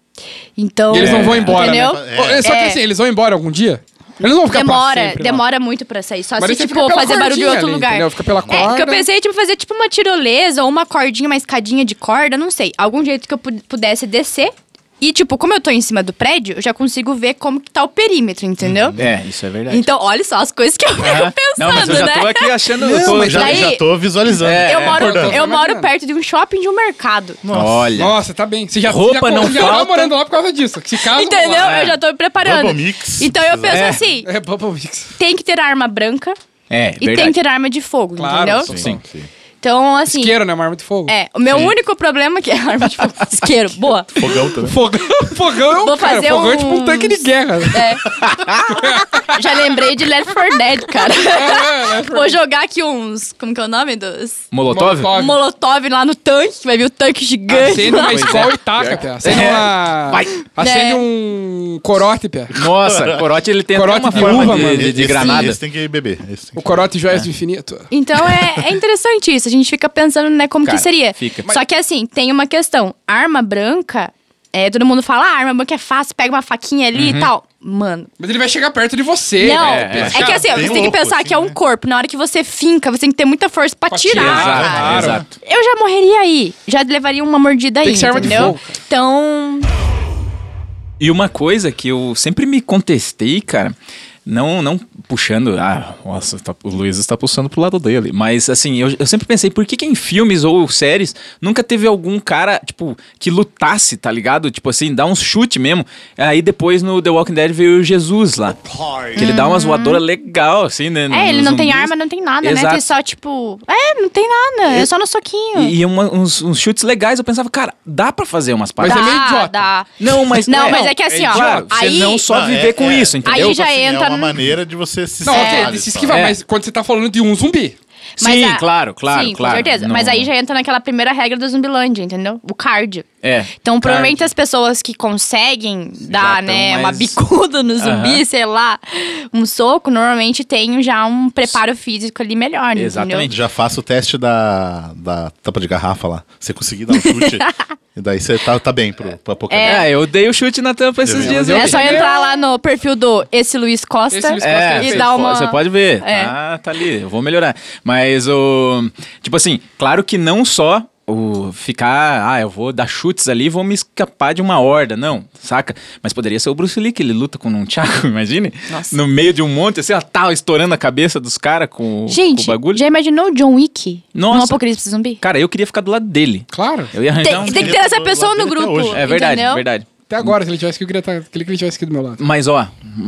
S3: Então.
S5: E eles não vão embora,
S3: entendeu?
S5: né? Ô, é, Só que
S3: É.
S5: assim, eles vão embora algum dia? Eles não vão ficar pra
S3: Demora,
S5: sempre lá.
S3: demora muito pra sair. Só
S5: Mas
S3: se,
S5: aí você
S3: tipo,
S5: fica pela
S3: fazer barulho em
S5: cordinha
S3: outro
S5: ali,
S3: lugar.
S5: entendeu? Fica pela
S3: É, porque
S5: corda.
S3: eu pensei, tipo, fazer tipo uma tirolesa ou uma cordinha, uma escadinha de corda, não sei. Algum jeito que eu pu- pudesse descer. E, tipo, como eu tô em cima do prédio, eu já consigo ver como que tá o perímetro, entendeu?
S4: É, isso é verdade.
S3: Então, olha só as coisas que Então, eu fico
S4: Aham.
S3: pensando,
S4: Não, mas eu já tô
S3: né?
S4: aqui achando. eu
S2: Não,
S4: tô-
S2: mas já,
S3: daí-
S2: já tô visualizando.
S4: É.
S3: Eu moro,
S5: acordando.
S3: eu moro
S5: Imaginando.
S3: perto de um shopping e de um mercado.
S4: Olha.
S5: Nossa, tá bem. Você já,
S4: Roupa
S5: você já,
S4: não
S5: você já
S4: falta.
S5: tá morando lá por causa disso. Que Se caso
S3: Entendeu?
S5: rolar-
S4: é.
S3: Eu já tô me preparando.
S2: Bubble mix,
S3: então eu penso
S4: É.
S3: assim,
S5: É Bubble Mix.
S3: tem que ter arma branca
S4: É,
S3: e tem
S4: verdade.
S3: que ter arma de fogo,
S5: Claro,
S3: entendeu?
S5: sim.
S4: Sim.
S3: Então, assim,
S5: Isqueiro, né? Uma arma de fogo.
S3: É, o meu único problema é que é arma de fogo. Isqueiro, boa.
S2: Fogão também.
S5: Fogão, fogão é um,
S3: Vou
S5: cara,
S3: fazer
S5: fogão é tipo um
S3: uns-
S5: tanque de guerra.
S3: É. Já lembrei de Left 4 Dead, cara.
S5: É,
S3: Vou jogar aqui uns. Como que é o nome dos?
S4: Molotov?
S5: Molotov.
S3: Molotov lá no tanque, vai vir o tanque gigante.
S5: Acende uma
S3: lá.
S5: escola e taca, pé. Acende
S4: É.
S5: uma...
S4: Vai.
S5: Acende
S3: É.
S5: um corote, pé.
S4: Nossa, corote ele tem
S5: Corote
S4: até uma
S5: de
S4: forma
S5: uva,
S4: de,
S5: mano.
S4: de- de
S2: Esse-
S4: granada.
S2: Esse tem que beber. Esse tem
S5: O
S2: que...
S5: corote joias do infinito.
S3: Então é, é interessante isso. A gente fica pensando, né, como
S4: Cara,
S3: que seria.
S4: fica.
S3: Só que assim, tem uma questão. Arma branca, é, todo mundo fala, ah, arma branca é fácil, pega uma faquinha
S4: Uhum.
S3: ali e tal. Mano,
S5: Mas ele vai chegar perto de você.
S3: Não,
S5: né?
S3: é,
S5: Pé.
S3: que assim, ó,
S2: bem
S3: você tem que
S2: louco,
S3: pensar
S2: assim,
S3: que é um
S2: né?
S3: corpo. Na hora que você finca, você tem que ter muita força pra,
S5: Pra
S3: tirar.
S5: tirar,
S3: cara.
S4: Exato,
S5: Claro.
S4: exato.
S3: Eu já morreria aí. Já levaria uma mordida aí,
S5: que ser arma de
S3: entendeu?
S5: fogo, cara.
S3: então,
S4: E uma coisa que eu sempre me contestei, cara, não, não puxando. Ah, nossa, tá- o Luiz está puxando pro lado dele. Mas assim, eu, eu sempre pensei, por que, que em filmes ou séries nunca teve algum cara, tipo, que lutasse, tá ligado? Tipo assim, dá uns chute mesmo. Aí depois no The Walking Dead veio o Jesus lá. Que ele dá umas voadora legal, assim, né?
S3: Uhum. é, ele
S4: nos
S5: Uhum.
S3: não tem
S4: zumbis.
S3: arma, não tem nada, né?
S4: Exato.
S3: Tem só, tipo... É, não tem nada. É só no soquinho.
S4: E, e uma- uns, uns chutes legais, eu pensava, cara, dá pra fazer umas
S5: Mas
S4: paradas.
S5: é meio idiota.
S3: dá.
S4: Não, mas
S3: Não, mas é que assim, ó,
S4: Claro,
S3: aí-
S4: você não só
S2: Não,
S4: viver
S2: é-
S4: com
S2: é.
S4: isso, entendeu?
S3: Aí já entra
S2: É uma
S3: no-
S2: maneira de você se
S5: Não,
S2: salvar,
S5: ok, de se
S2: então.
S5: esquivar.
S4: É.
S5: Mas quando você tá falando de um zumbi.
S3: Mas
S4: Sim,
S3: a-
S4: claro, claro,
S3: Sim,
S4: claro.
S3: com certeza.
S4: Não-
S3: Mas aí já entra naquela primeira regra do Zumbilândia, entendeu? O cardio.
S4: É,
S3: Então, provavelmente
S4: cardio.
S3: as pessoas que conseguem
S4: já
S3: dar,
S4: tão
S3: né, uma
S4: mais-
S3: bicuda no zumbi,
S4: Aham.
S3: sei lá, um soco, normalmente tem já um preparo físico ali melhor, né,
S4: Exatamente.
S3: entendeu?
S2: Já faça o teste da, da tapa de garrafa lá. Você conseguir dar um chute, e daí você tá, tá bem pro, pro apocalipse.
S4: É, eu dei o chute na tampa esses
S2: Eu-
S4: dias.
S5: eu-
S4: aí.
S3: É só entrar lá no perfil do Esse Luiz Costa,
S5: Esse Luiz Costa
S4: É,
S5: ele
S3: e
S4: você
S5: fez.
S3: dar
S4: po-
S3: uma...
S4: Você pode ver.
S3: É.
S4: Ah, tá ali. Eu vou melhorar. Mas o. Tipo assim, claro que não só o ficar. Ah, eu vou dar chutes ali e vou me escapar de uma horda. Não, saca? Mas poderia ser o Bruce Lee, que ele luta com um Tchaco, imagine?
S3: Nossa.
S4: No meio de um monte, assim, ó, tal, estourando a cabeça dos caras com, o-
S3: Gente,
S4: com o bagulho.
S3: já imaginou o John Wick no
S4: Nossa.
S3: Apocalipse Zumbi?
S4: Cara, eu queria ficar do lado dele.
S5: Claro.
S4: Eu ia arranjar
S3: Tem,
S4: um.
S3: tem que ter
S2: eu
S3: essa
S2: tô lá
S3: pessoa no
S2: dentro até
S3: grupo,
S2: hoje.
S4: É verdade,
S3: entendeu?
S4: verdade.
S5: Até agora, se ele tivesse que eu queria estar... Aquele que ele tivesse aqui do meu lado.
S4: Mas ó,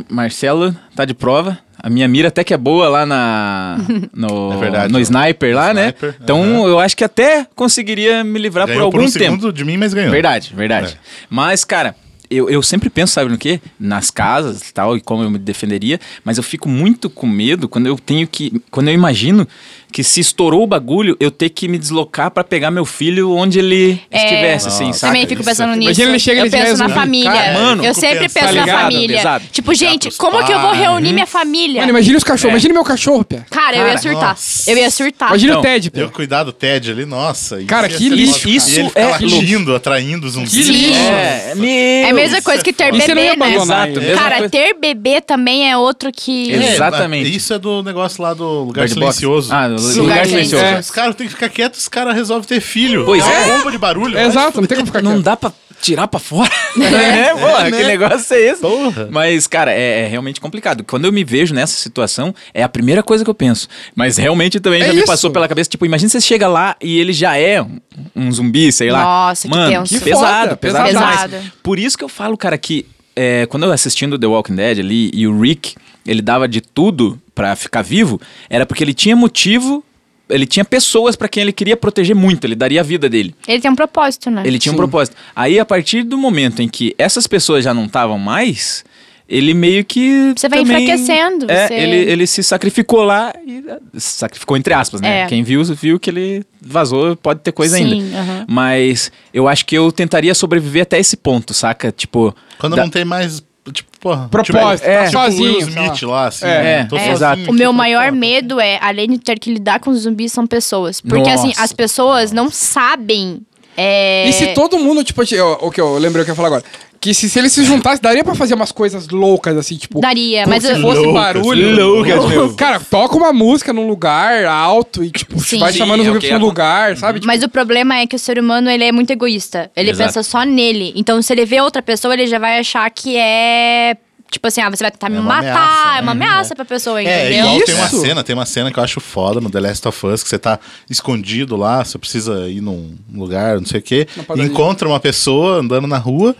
S4: Marcelo tá de prova. A minha mira até que é boa lá na no,
S2: É verdade,
S4: no
S2: ó.
S4: sniper lá, né?
S2: Sniper,
S4: Então
S2: aham.
S4: eu acho que até conseguiria me livrar
S2: Ganhou
S4: por
S2: por
S4: algum
S2: um
S4: tempo.
S2: segundo É. de mim, mas ganhou.
S4: Verdade, verdade. Mas cara, eu, eu sempre penso, sabe no quê? Nas casas e tal e como eu me defenderia, mas eu fico muito com medo quando eu tenho que quando eu imagino que se estourou o bagulho, eu ter que me deslocar pra pegar meu filho onde ele
S3: É.
S4: estivesse, assim,
S2: Nossa.
S4: sabe?
S3: Também fico
S2: Isso é-
S3: pensando nisso.
S5: Ah, Imagina ele chega,
S3: eu
S5: ele já é
S3: penso na
S5: zumbi.
S3: família.
S4: Cara, mano,
S3: eu
S2: fico
S3: sempre
S2: pensando,
S3: penso
S5: tá
S3: na
S5: ligado?
S3: família.
S4: Pesado.
S3: Tipo, gente,
S2: pros
S3: como que eu vou
S2: pais.
S3: reunir minha família?
S5: Mano, imagina os cachorros. Imagina meu cachorro, pé.
S3: Cara, eu
S4: Cara,
S3: ia surtar.
S2: nossa.
S3: Eu ia surtar.
S5: Imagina
S4: Então,
S5: o Ted, pé.
S2: Deu cuidado, Ted ali, nossa. isso
S5: Cara,
S2: ia
S5: que
S2: ser
S5: lixo,
S2: ótimo.
S4: isso
S2: E ele fica
S4: é
S2: lá
S4: que lixo.
S2: latindo, atraindo zumbis.
S5: Que lixo.
S4: É, meu,
S3: É a mesma coisa que ter
S5: E você não ia
S3: bebê, né?
S5: abandonar
S4: Exato,
S5: ele.
S4: mesma
S3: Cara,
S4: coisa.
S3: ter bebê também é outro que.
S4: Exatamente.
S2: Isso é do negócio lá do lugar
S4: Bird Box.
S2: silencioso.
S4: Ah, do Lugar
S3: Lugar
S4: silencioso.
S5: É.
S2: Os caras têm que ficar quietos, os caras resolvem ter filho.
S4: Pois
S2: uma
S4: é.
S2: bomba de barulho.
S5: É Exato, não tem como ficar
S4: Não
S5: quieto.
S4: dá pra tirar pra fora. É, porra, que negócio é esse?
S2: Porra.
S4: Mas, cara, é, é realmente complicado. Quando eu me vejo nessa situação, é a primeira coisa que eu penso. Mas realmente também
S5: É
S4: já me
S5: isso.
S4: passou pela cabeça, tipo, imagina você chega lá e ele já é um, um zumbi, sei lá.
S3: Nossa, que
S4: Mano,
S3: tenso.
S5: Que
S4: pesado,
S5: foda,
S4: pesado,
S3: pesado.
S4: demais. Por isso que eu falo, cara, que é, quando eu assistindo The Walking Dead ali e o Rick, ele dava de tudo pra ficar vivo, era porque ele tinha motivo, ele tinha pessoas pra quem ele queria proteger muito, ele daria a vida dele.
S3: Ele tem um propósito, né?
S4: Ele tinha um propósito. Aí, a partir do momento em que essas pessoas já não estavam mais, ele meio que.
S3: Você vai
S4: também-
S3: enfraquecendo,
S4: É,
S3: você-
S4: ele, ele se sacrificou lá e. eh, se Sacrificou entre aspas, né?
S3: É.
S4: Quem viu, viu que ele vazou, pode ter coisa
S3: Sim,
S4: ainda.
S3: aham.
S4: Mas eu acho que eu tentaria sobreviver até esse ponto, saca? Tipo.
S2: Quando
S4: da-
S2: não tem mais, tipo, porra...
S5: Propósito,
S2: tipo,
S5: tá
S2: tipo
S5: sozinho,
S2: Will
S5: sei
S2: Smith lá, assim.
S5: É,
S2: né?
S4: é,
S2: Tô
S4: é,
S2: sozinho
S4: exato.
S2: aqui,
S3: O meu
S2: falei,
S3: maior
S2: porra.
S3: medo é, além de ter que lidar com os zumbis, são pessoas. Porque, assim,
S4: Nossa.
S3: as pessoas não sabem. é,
S5: E se todo mundo, tipo, te- ó, o que eu lembrei o que eu ia falar agora. Que se, se eles se juntassem, daria pra fazer umas coisas loucas, assim, tipo.
S3: Daria,
S5: como
S3: mas
S5: se
S3: eu-
S5: fosse
S2: Loucas,
S5: barulho.
S2: loucas, meu.
S5: Cara, toca uma música num lugar alto e, tipo,
S3: Sim.
S5: vai
S3: Sim,
S5: chamando os
S4: é o
S5: grupos
S4: que
S5: pra um
S4: acon-
S5: lugar, sabe? Tipo,
S3: Mas o problema é que o ser humano, ele é muito egoísta. Ele
S4: Exato.
S3: pensa só nele. Então, se ele vê outra pessoa, ele já vai achar que é... Tipo assim, ah, você vai tentar me
S2: uma
S3: matar.
S2: ameaça, né?
S3: é uma ameaça pra pessoa,
S2: É,
S3: entendeu?
S2: igual
S5: Isso.
S2: tem uma cena, tem uma cena que eu acho foda no The Last of Us, que você tá escondido lá, você precisa ir num lugar, não sei o quê,
S5: Na
S2: e
S5: padaria.
S2: encontra uma pessoa andando na rua,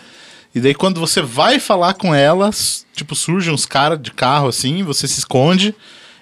S2: e daí quando você vai falar com ela, s- tipo, surgem uns caras de carro assim, você se esconde,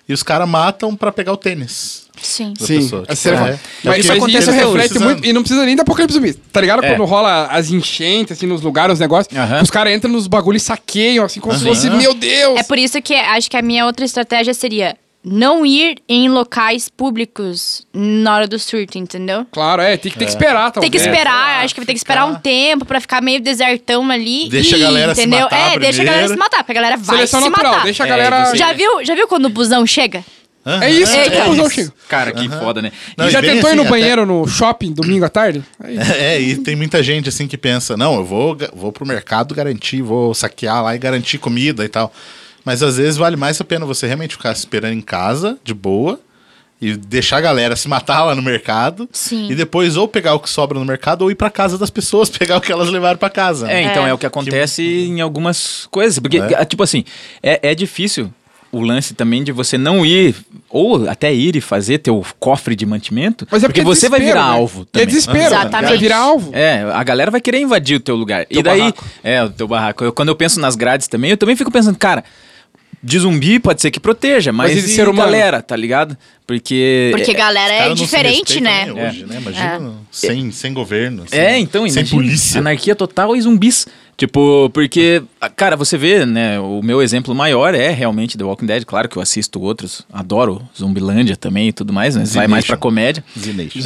S2: e os caras matam pra pegar o tênis.
S3: Sim.
S2: da
S5: Sim,
S2: pessoa. Tipo,
S5: é sério.
S2: é- é o que
S5: Mas, mas
S2: eles
S5: isso
S2: estão
S5: reflete
S2: precisando.
S5: muito. E não precisa nem da apocalipse zumbi, tá ligado?
S4: É.
S5: Quando rola as enchentes, assim, nos lugares, os negócios,
S4: Aham.
S5: os caras entram nos bagulhos e saqueiam, assim, como se fosse, meu Deus!
S3: É por isso que acho que a minha outra estratégia seria não ir em locais públicos na hora do surto, entendeu?
S5: Claro, é, tem que, tem que esperar,
S3: Tem
S5: talvez.
S3: que esperar, acho que vai ter que esperar um tempo pra ficar meio desertão ali.
S2: Deixa a
S3: e-
S2: galera se
S3: entendeu?
S2: matar
S3: É, deixa a galera
S2: primeiro.
S3: se matar, porque a galera vai
S5: Seleção
S3: se
S5: natural,
S3: matar.
S5: deixa a
S4: É,
S5: galera.
S4: você-
S3: Já viu, já viu quando o busão chega?
S2: Aham.
S5: É isso,
S3: É,
S5: tipo,
S3: cara.
S5: o João Chico.
S4: Cara, que foda, né?
S2: Não,
S5: Já
S2: e bem
S5: tentou ir no
S2: assim, até-
S5: banheiro no shopping domingo à tarde? Aí,
S2: É, e tem muita gente assim que pensa, não, eu vou, ga- vou pro mercado garantir, vou saquear lá e garantir comida e tal. Mas às vezes vale mais a pena você realmente ficar esperando em casa, de boa, e deixar a galera se matar lá no mercado.
S3: Sim.
S2: E depois ou pegar o que sobra no mercado ou ir pra casa das pessoas, pegar o que elas levaram pra casa.
S5: Tá.
S4: É,
S2: né?
S4: então é, o que acontece em algumas coisas. Porque,
S2: É.
S4: ah, tipo assim, é, é difícil o lance também de você não ir, ou até ir e fazer teu cofre de mantimento,
S5: Mas é
S4: porque,
S5: porque, é
S4: você vai
S5: desespero,
S4: virar
S5: né?
S4: alvo também.
S5: É desespero.
S3: Exatamente.
S5: Vai virar alvo.
S4: É, a galera vai querer invadir o teu lugar. e daí,
S5: barraco.
S4: é, o teu barraco. Eu, quando eu penso nas grades também, eu também fico pensando, cara, de zumbi pode ser que proteja, mas,
S5: e de
S4: e
S5: ser humano?
S4: galera, tá ligado? Porque
S3: Porque a galera
S2: Os caras
S3: é
S2: não se
S3: diferente,
S2: respeitam
S3: né?
S2: nem Hoje, né? Imagina, sem, sem governo. assim,
S4: É, então,
S2: Sem
S4: imagina,
S2: polícia.
S4: Anarquia total e zumbis. Tipo, porque, a- cara, você vê, né? O meu exemplo maior é realmente The Walking Dead. Claro que eu assisto outros, adoro Zumbilândia também e tudo mais, né? Vai mais pra comédia.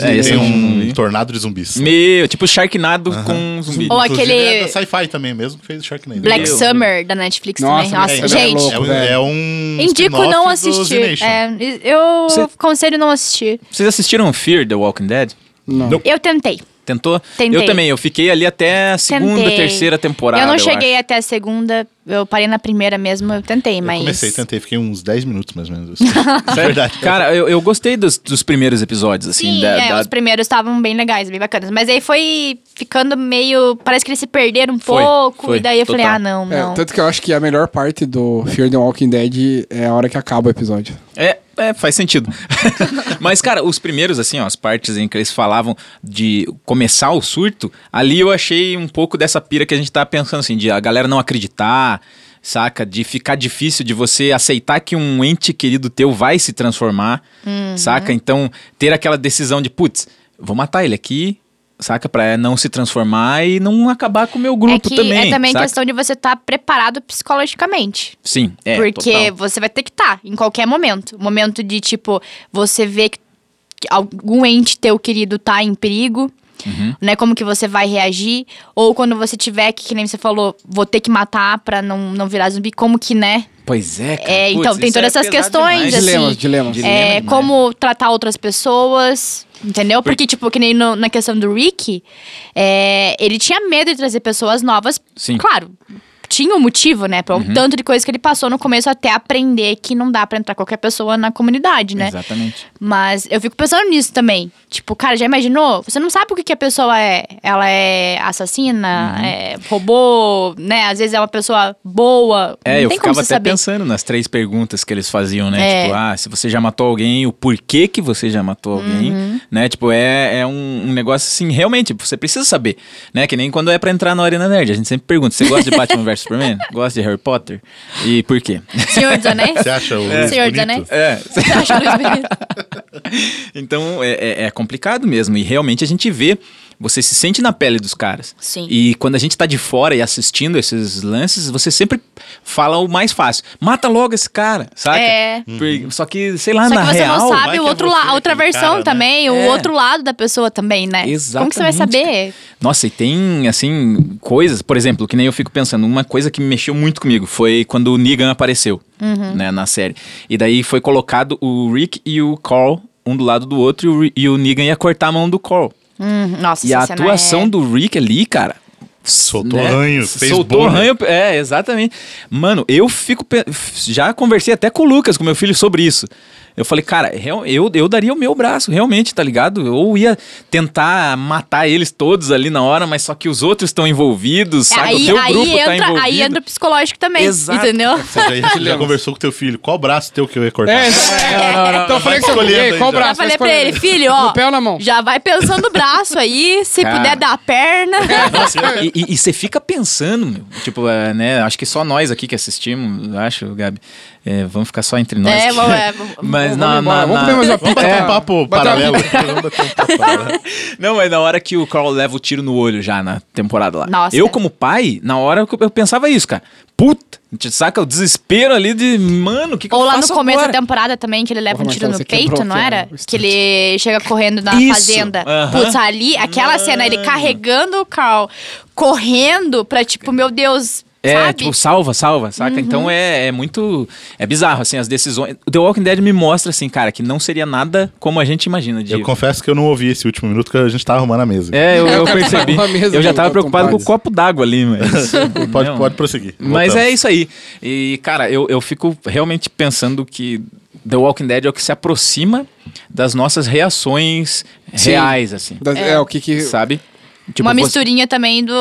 S4: É, esse
S2: tem
S4: é
S2: um,
S4: um.
S2: tornado de zumbis.
S4: Meu, tipo Sharknado com zumbi.
S3: Ou
S2: Inclusive,
S3: aquele-
S2: É da Sci-Fi também mesmo, que fez o Sharknado.
S3: Black
S4: Meu.
S3: Summer da Netflix também.
S5: Nossa,
S3: Nossa,
S5: Black
S2: Summer é
S3: gente.
S5: louco.
S2: É, um- é um.
S3: Indico
S2: spin-off
S3: não
S2: do
S3: assistir.
S2: Z-Nation.
S3: É, eu
S4: Você-
S3: conselho não assistir.
S4: Vocês assistiram Fear The Walking Dead?
S5: Não.
S3: Eu tentei.
S4: Tentou?
S3: Tentei.
S4: Eu também, eu fiquei ali até a segunda,
S3: tentei.
S4: terceira temporada.
S3: Eu não
S4: acho.
S3: cheguei até a segunda, eu parei na primeira mesmo, eu tentei, mas.
S2: Eu comecei, tentei, fiquei uns 10 minutos mais ou menos. assim. É Verdade.
S4: Cara, eu, eu gostei dos, dos primeiros episódios, assim.
S3: Sim,
S4: da-
S3: é,
S4: da-
S3: os primeiros estavam bem legais, bem bacanas. Mas aí foi ficando meio. Parece que eles se perderam um
S4: Foi,
S3: pouco.
S4: foi,
S3: e daí eu falei,
S4: total.
S3: ah, não,
S5: É,
S3: não.
S5: tanto que eu acho que a melhor parte do Fear the Walking Dead é a hora que acaba o episódio.
S4: É, é, faz sentido. Mas, cara, os primeiros, assim, ó, as partes em que eles falavam de começar o surto, ali eu achei um pouco dessa pira que a gente tava pensando, assim, de a galera não acreditar, saca? De ficar difícil de você aceitar que um ente querido teu vai se transformar,
S3: Uhum.
S4: saca? Então, ter aquela decisão de, putz, vou matar ele aqui, saca? Pra não se transformar e não acabar com o meu grupo
S3: é que
S4: também.
S3: é também
S4: saca?
S3: questão de você estar preparado psicologicamente.
S4: Sim, é.
S3: porque
S4: total.
S3: você vai ter que estar em qualquer momento. Momento de, tipo, você vê que que algum ente teu querido tá em perigo.
S4: Uhum.
S3: Né, como que você vai reagir? Ou quando você tiver que, que nem você falou, vou ter que matar pra não, não virar zumbi, como que, né?
S4: Pois é, cara.
S3: É, então
S4: Putz,
S3: tem
S4: isso
S3: todas
S4: é
S3: essas
S4: pesado
S3: questões,
S4: demais.
S3: assim.
S5: Dilemas, dilemas.
S4: Dilema
S3: É,
S4: demais.
S3: como tratar outras pessoas, entendeu? Porque, tipo, que nem no- na questão do Rick, é, ele tinha medo de trazer pessoas novas.
S4: Sim. Uhum.
S3: Claro, tinha um motivo, né? Pra o tanto de coisa que ele passou no começo até aprender que não dá pra entrar qualquer pessoa na comunidade, né?
S4: Exatamente.
S3: Mas eu fico pensando nisso também. Tipo, cara, já imaginou? Você não sabe o que, que a pessoa é. Ela é assassina,
S4: Uhum.
S3: é robô, né? Às vezes é uma pessoa boa.
S4: É,
S3: não
S4: eu
S3: tem como
S4: ficava
S3: você
S4: até
S3: saber.
S4: pensando nas três perguntas que eles faziam, né?
S3: É.
S4: Tipo, ah, se você já matou alguém, o porquê que você já matou alguém,
S3: Uhum.
S4: né? Tipo, é, é um, um negócio assim, realmente, você precisa saber, né? Que nem quando é pra entrar na Arena Nerd, a gente sempre pergunta, você gosta de Batman vs Superman? Gosta de Harry Potter? E por quê?
S3: Senhor dos Anéis?
S2: Você acha o Luiz
S3: Senhor
S2: bonito?
S3: dos Anéis?
S4: É,
S3: Você acha o Luiz bonito?
S4: Então é, é- é complicado mesmo. E realmente a gente vê, você se sente na pele dos caras.
S3: Sim.
S4: E quando a gente tá de fora e assistindo esses lances, você sempre fala o mais fácil. Mata logo esse cara, saca?
S3: É.
S4: Por- Só que, sei lá,
S3: Só
S4: na
S3: que você
S4: real.
S3: não
S2: vai
S3: sabe né?
S2: que
S3: o
S2: é
S3: outro
S2: você
S3: lado, outra
S2: aquele
S3: versão
S2: cara, né?
S3: também,
S4: É.
S3: o outro lado da pessoa também, né? Como que você vai
S4: Exatamente,
S3: saber?
S4: Nossa, e tem, assim, coisas, por exemplo, que nem eu fico pensando, uma coisa que me mexeu muito comigo foi quando o Negan apareceu,
S3: Uhum.
S4: né, na série. E daí foi colocado o Rick e o Carl, um do lado do outro, e o, Ri- e o Negan ia cortar a mão do Carl.
S3: Hum, nossa,
S4: E a
S3: essa cena
S4: atuação
S3: é...
S4: do Rick ali, cara. né?
S2: Soltou ranho, fez
S4: Soltou
S2: bolha.
S4: ranho, é, exatamente. Mano, eu fico. pe- Já conversei até com o Lucas, com meu filho, sobre isso. Eu falei, cara, real- eu, eu daria o meu braço, realmente, tá ligado? Ou ia tentar matar eles todos ali na hora, mas só que os outros estão envolvidos, sabe? o
S3: É, Aí,
S4: teu grupo
S3: aí,
S4: tá
S3: entra,
S4: envolvido.
S3: aí entra o psicológico também,
S4: Exato.
S3: entendeu?
S2: Você já- já, conversou com teu filho. Qual braço teu que eu ia cortar?
S5: É, então eu falei que
S2: escolhendo
S5: você
S2: aí
S5: qual
S2: já.
S5: braço?
S3: Eu falei
S5: Vai
S3: pra ele,
S5: escolher.
S3: filho, ó,
S5: No pé ou na mão?
S3: já vai pensando no braço aí, se
S4: Cara. É,
S3: puder dar a perna.
S4: Nossa, e- e e você fica pensando, meu, tipo, é, né? Acho que só nós aqui que assistimos, eu acho, Gabi. É, vamos ficar só entre nós.
S3: É,
S4: aqui.
S3: vamos- é, vamos-
S5: Vamos
S4: Mas na,
S5: embora,
S4: na,
S5: vamos
S4: na-
S5: comer mais uma
S2: Vamos bater um papo
S5: Bater um-
S2: paralelo. aqui, Vamos bater um papo paralelo.
S4: Não, mas na hora que o Carl leva o tiro no olho já na temporada lá.
S3: Nossa.
S4: Eu, como pai, na hora eu pensava isso, cara. Puta, te saca o desespero ali de, mano, o que, que eu
S3: Ou lá no
S4: faço
S3: começo
S4: agora?
S3: da temporada também, que ele leva
S5: Porra,
S3: um tiro
S5: Marcelo,
S3: no
S5: você
S3: peito,
S5: quebrou
S3: não
S5: aqui, ó,
S3: era?
S5: o estúdio.
S3: Que ele chega correndo na
S4: é Isso,
S3: fazenda.
S4: aham.
S3: Putz, ali, aquela cena, ele carregando o Carl, correndo pra tipo, meu Deus,
S4: É,
S3: sabe? Uhum.
S4: tipo, salva, salva, saca? Então é, é muito. É bizarro, assim, as decisões. The Walking Dead me mostra, assim, cara, que não seria nada como a gente imagina. De...
S2: Eu confesso que eu não ouvi esse último minuto que a gente tava arrumando a mesa.
S4: É, eu, eu percebi.
S5: Uma mesa
S4: Eu já
S5: do
S4: tava
S5: Dalton
S4: preocupado com o
S5: Pires.
S4: copo d'água ali, mas.
S2: Pode,
S4: É, Não.
S2: pode prosseguir.
S4: Mas
S2: Voltamos.
S4: é isso aí. E, cara, eu, eu fico realmente pensando que The Walking Dead é o que se aproxima das nossas reações
S5: Sim.
S4: reais, assim.
S5: Das- é. o que que...
S4: Sabe? Tipo,
S3: uma
S4: você-
S3: misturinha também do,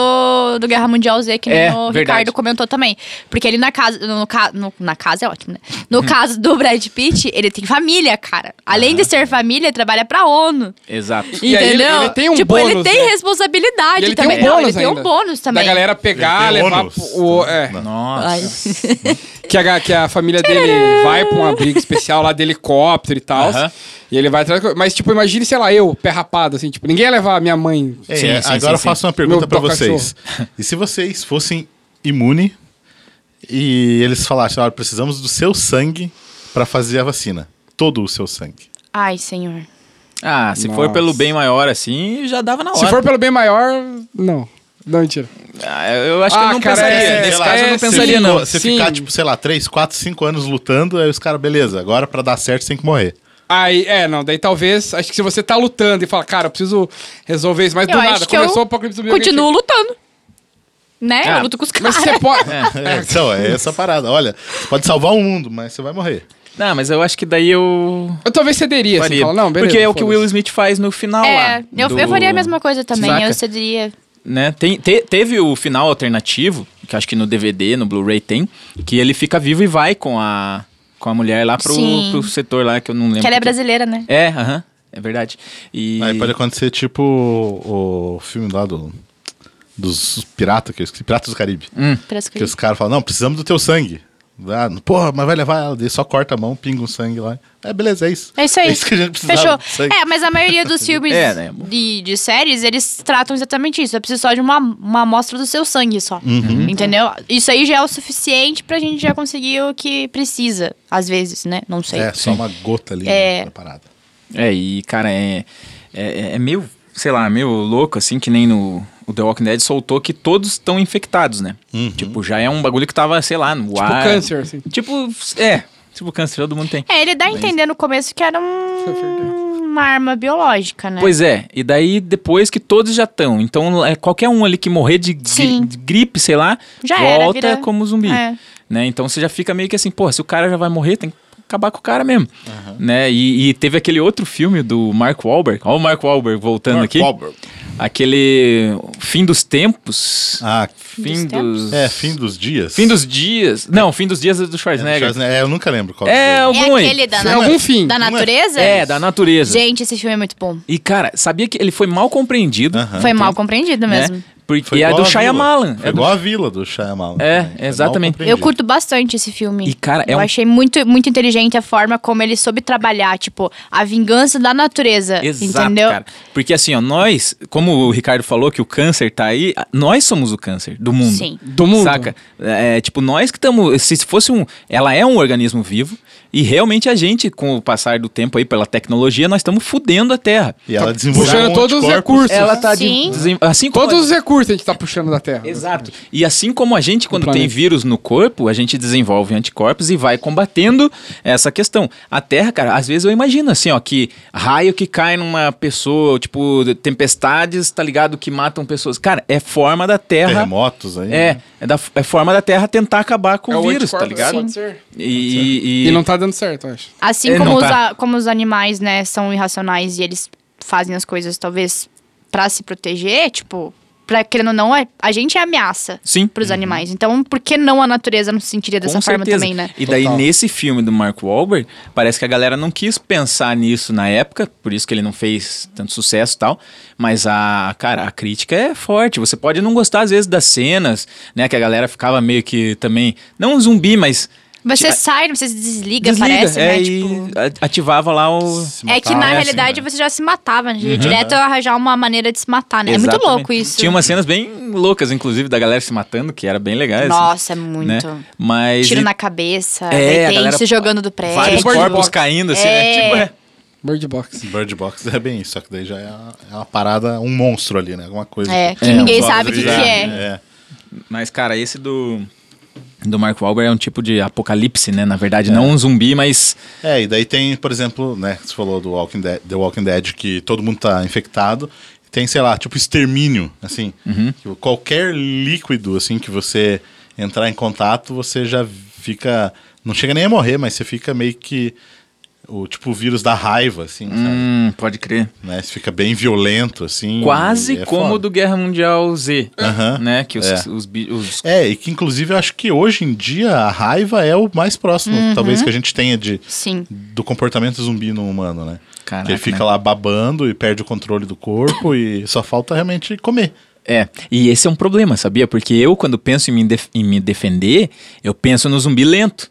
S3: do Guerra Mundial Z, que
S4: É,
S3: nem o
S4: verdade.
S3: Ricardo comentou também. Porque ele na casa. No, ca- no- na casa é ótimo, né? No
S5: Hum.
S3: caso do Brad Pitt, ele tem família, cara. Além de ser família, ele trabalha pra ONU.
S4: Exato.
S5: Ah. E aí ele-
S3: entendeu?
S5: ele tem um
S3: tipo, ele
S5: bônus,
S3: tem
S5: né?
S3: responsabilidade
S5: E ele
S3: também.
S5: tem um
S3: Não,
S5: bônus
S3: ele tem um
S5: ainda.
S3: bônus também.
S5: Da galera pegar,
S2: Ele tem
S5: levar
S2: ônus.
S5: pro... o- é.
S4: Nossa.
S3: Ai.
S5: Que a, que a família dele vai pra um abrigo especial lá de helicóptero e tal.
S4: Aham.
S5: E ele vai atrás. Mas, tipo, imagine, sei lá, eu, pé rapado, assim, tipo, ninguém ia levar a minha mãe.
S2: É,
S4: Sim,
S2: é,
S4: sim,
S2: agora
S4: sim,
S2: eu
S4: sim.
S2: faço uma pergunta
S5: Meu
S2: pra
S5: toca-cachorro.
S2: vocês. E se vocês fossem imune e eles falassem, olha, precisamos do seu sangue pra fazer a vacina. Todo o seu sangue.
S3: Ai, senhor.
S4: Ah, se for
S5: Nossa.
S4: pelo bem maior, assim, já dava na hora.
S5: Se for pelo bem maior, não. Não, mentira.
S4: Ah, eu acho que eu
S5: Ah,
S4: não
S5: cara,
S4: pensaria.
S5: é,
S4: Nesse
S5: sei lá,
S4: caso, eu não
S5: é, sim.
S4: pensaria, não.
S2: Você
S5: Sim.
S2: ficar, tipo, sei lá, 3, 4, 5 anos lutando, aí os caras, beleza, agora pra dar certo você tem que morrer.
S5: Aí, é, não, daí talvez. Acho que se você tá lutando e fala, cara, eu preciso resolver isso, mas
S3: eu
S5: do nada,
S3: acho que
S5: começou
S3: eu
S5: o apocalipse zumbi, alguém
S3: continuo lutando. Né?
S4: Ah,
S3: eu luto com os
S5: chega. Mas
S3: caras.
S5: você pode.
S2: É, então, é essa parada. Olha, você pode salvar o mundo, mas você vai morrer.
S4: Não, Ah, mas eu acho que daí eu.
S5: Eu talvez cederia, assim,
S4: faria.
S5: fala, não, beleza.
S4: Porque é o que o
S5: foda-se.
S4: Will Smith faz no final lá.
S3: É, eu,
S4: do-
S3: eu faria a mesma coisa também.
S4: Saca?
S3: Eu cederia.
S4: né? Tem, te- teve o final alternativo, que acho que no DVD, no Blu-ray tem, que ele fica vivo e vai com a, com a mulher lá pro,
S3: Sim.
S4: pro setor lá, que eu não
S5: um
S4: lembro.
S3: Que ela é
S4: qual que
S3: brasileira, né?
S4: É, aham, é verdade. E...
S2: Aí pode acontecer, tipo, o, o filme lá do, dos piratas, que eu esqueci, Piratas do Caribe.
S3: Parece que-
S2: Que os caras falam, não, precisamos do teu sangue. Ah, porra, mas vai levar ela, daí só corta a mão, pinga um sangue lá. É, beleza, é isso.
S3: É isso aí.
S2: É isso que a gente precisava.
S3: Fechou.
S2: do sangue.
S3: É, mas a maioria dos filmes
S4: É, né?
S3: de, de séries, eles tratam exatamente isso. Eu preciso só de uma, uma amostra do seu sangue só.
S2: Uhum.
S3: Entendeu? Isso aí já é o suficiente pra gente já conseguir o que precisa, às vezes, né? Não sei.
S2: É, só uma gota ali
S3: É.
S2: na parada.
S4: É, e, cara, é, é, é meio, sei lá, meio louco, assim, que nem no o The Walking Dead soltou que todos estão
S2: Uhum.
S4: infectados, né? Tipo, já é um bagulho que tava, sei lá, no
S5: Tipo
S4: ar.
S5: câncer, assim.
S4: Tipo, é. Tipo, câncer todo mundo tem.
S3: É, ele dá a entender no começo que era
S2: É
S3: um- uma arma biológica, né?
S4: Pois é, e daí depois que todos já estão. Então, é, qualquer um ali que morrer de, gri-
S3: Sim.
S4: de gripe, sei lá,
S3: Já era,
S4: volta
S3: vira-
S4: como zumbi.
S3: É.
S4: Né? Então você já fica meio que assim, pô, se o cara já vai morrer, tem que acabar com o cara mesmo. Né? E, e teve aquele outro filme do Mark Wahlberg. Olha o Mark Wahlberg voltando
S2: Mark
S4: aqui.
S2: Wahlberg.
S4: Aquele Fim dos Tempos.
S2: Ah,
S4: fim
S3: dos tempos?
S4: dos.
S2: é, fim dos dias.
S4: Fim dos dias. Não, fim dos dias é do Schwarzenegger.
S2: É, eu nunca lembro qual
S4: É,
S2: que
S4: algum
S3: é
S4: aí.
S3: aquele da,
S5: É
S3: na-
S5: algum fim.
S3: da
S2: Não é-
S3: natureza?
S4: É, da natureza.
S3: Gente, esse filme é muito bom.
S4: E, cara, sabia que ele foi mal compreendido.
S2: Aham.
S3: Foi mal compreendido
S4: né?
S3: mesmo.
S4: Porque
S2: Foi
S4: é
S2: igual
S4: do
S2: a Vila.
S4: Shyamalan.
S2: Foi
S4: É do...
S2: igual a vila do Shyamalan.
S4: É,
S2: também. Foi mal
S4: exatamente.
S2: compreendido.
S3: Eu curto bastante esse filme.
S4: E, cara, é
S3: Eu
S4: um-
S3: achei muito, muito inteligente a forma como ele soube trabalhar, tipo, a vingança da natureza.
S4: Exato,
S3: entendeu?
S4: cara. Porque assim, ó, nós, como o Ricardo falou que o câncer tá aí, a- nós somos o câncer do mundo.
S3: Sim.
S5: Do mundo.
S4: Saca? É, tipo, nós que estamos. Se fosse um. Ela é um organismo vivo. E realmente a gente, com o passar do tempo aí, pela tecnologia, nós estamos fudendo a Terra.
S2: E ela desenvolveu um
S5: Puxando
S2: monte
S5: todos
S2: de
S5: os
S2: corpos.
S5: recursos.
S4: Ela tá de-
S3: Sim.
S4: desen- assim como
S5: Todos os recursos a gente tá puxando da Terra.
S4: Exato. E assim como a gente, quando tem
S5: planeta.
S4: vírus no corpo, a gente desenvolve anticorpos e vai combatendo essa questão. A Terra, cara, às vezes eu imagino assim, ó, que raio que cai numa pessoa, tipo, de- tempestades, tá ligado, que matam pessoas. Cara, é forma da Terra.
S2: Terremotos aí. né?
S4: É, é, da, é forma da Terra tentar acabar com
S5: É
S4: o vírus,
S5: anticorpo,
S4: tá ligado?
S5: pode ser.
S4: E, e-
S5: E não tá dando certo, eu acho.
S3: Assim
S4: É, não
S3: como, os,
S4: tá.
S3: a- como os animais, né, são irracionais e eles fazem as coisas, talvez, pra se proteger, tipo, pra, querendo ou não, é- a gente é ameaça
S4: Sim. Uhum.
S3: pros animais. Então, por que não a natureza não se sentiria dessa
S4: Com
S3: forma
S4: certeza.
S3: também, né?
S4: E daí,
S5: Total.
S4: nesse filme do Mark Wahlberg, parece que a galera não quis pensar nisso na época, por isso que ele não fez tanto sucesso e tal. Mas a, cara, a crítica é forte. Você pode não gostar, às vezes, das cenas, né? Que a galera ficava meio que também. Não zumbi, mas.
S3: Você
S4: Ti-
S3: sai, você se desliga,
S4: desliga,
S3: parece,
S4: é,
S3: né?
S4: e
S3: Tipo...
S4: a- ativava lá o.
S3: É que na
S4: matava, assim,
S3: realidade
S4: né? Uhum.
S3: você já se matava, né? direto a arranjar uma maneira de se matar, né? É muito
S4: Exatamente.
S3: louco isso.
S4: Tinha umas cenas bem loucas, inclusive, da galera se matando, que era bem legais.
S3: Nossa, é
S4: né?
S3: muito.
S4: Mas.
S3: Tiro
S4: e-
S3: na cabeça,
S4: É,
S3: é,
S4: a
S3: tem
S4: galera-
S3: se jogando do prédio.
S4: Vários
S5: Bird
S4: corpos
S5: Box.
S4: caindo, assim, né?
S3: É.
S4: Tipo, é.
S5: Bird Box.
S2: Bird Box é bem isso, só que daí já é uma, é uma parada, um monstro ali, né? Alguma coisa.
S3: É, que
S4: É,
S3: ninguém
S2: os olhos
S3: sabe o que, que
S2: já-
S3: é.
S4: Mas, cara, esse do. Do Mark Wahlberg é um tipo de apocalipse, né? Na verdade, não um zumbi, mas.
S2: É, e daí tem, por exemplo, né, você falou do Walking Dead, The Walking Dead, que todo mundo tá infectado. Tem, sei lá, tipo extermínio, assim.
S4: Uhum.
S2: Que Qualquer líquido, assim, que você entrar em contato, você já fica... Não chega nem a morrer, mas você fica meio que... O, tipo o vírus da raiva, assim, sabe?
S4: Hum, pode crer.
S2: Né? Você fica bem violento, assim.
S5: Hum,
S4: Quase
S2: e é
S4: como o
S2: foda.
S4: do Guerra Mundial Z.
S2: Aham.
S4: Né? Que os.
S2: É.
S4: os, bi- os-
S2: É, e que inclusive eu acho que hoje em dia a raiva é o mais próximo, talvez,
S4: Uhum.
S2: que a gente tenha de,
S3: Sim.
S2: do comportamento zumbi no humano, né?
S4: Caraca,
S2: que ele fica
S4: né?
S2: lá babando e perde o controle do corpo e só falta realmente comer.
S4: É. E esse é um problema, sabia? Porque eu, quando penso em me, def- em me defender, eu penso no zumbi lento.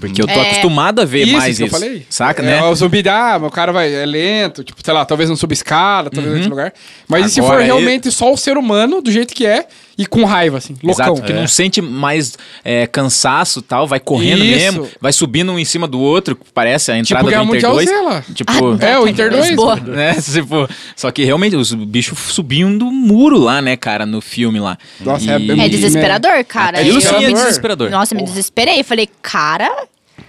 S4: Porque eu tô
S3: É.
S4: acostumado a
S5: Uhum.
S4: ver
S5: Isso,
S4: mais
S5: isso que eu
S4: isso.
S5: falei.
S4: Saca,
S5: É,
S4: né?
S5: O zumbi dá, mas o cara vai, é lento, tipo, sei lá, talvez não suba escada, talvez em outro lugar. Mas e se
S4: Uhum. Agora
S5: for
S4: é-
S5: realmente só o ser humano, do jeito que é, e com raiva, assim, loucão.
S4: Exato, que não sente mais é, cansaço e tal, vai correndo
S5: Isso. Tipo
S4: mesmo, vai subindo um em cima do outro, parece a entrada
S5: Guerra
S4: do Inter
S5: Mundial
S4: 2.
S5: Z lá.
S3: Ah,
S4: Tipo,
S5: É,
S3: tá
S5: o Inter 2.
S3: Lisboa.
S4: né? Tipo, só que realmente os bichos subiam do muro lá, né, cara, no filme lá.
S5: Nossa, é bem-
S3: É
S5: E-
S3: desesperador, cara.
S4: Aquilo sim é
S5: desesperador.
S4: desesperador.
S3: Nossa, me desesperei. Falei, cara,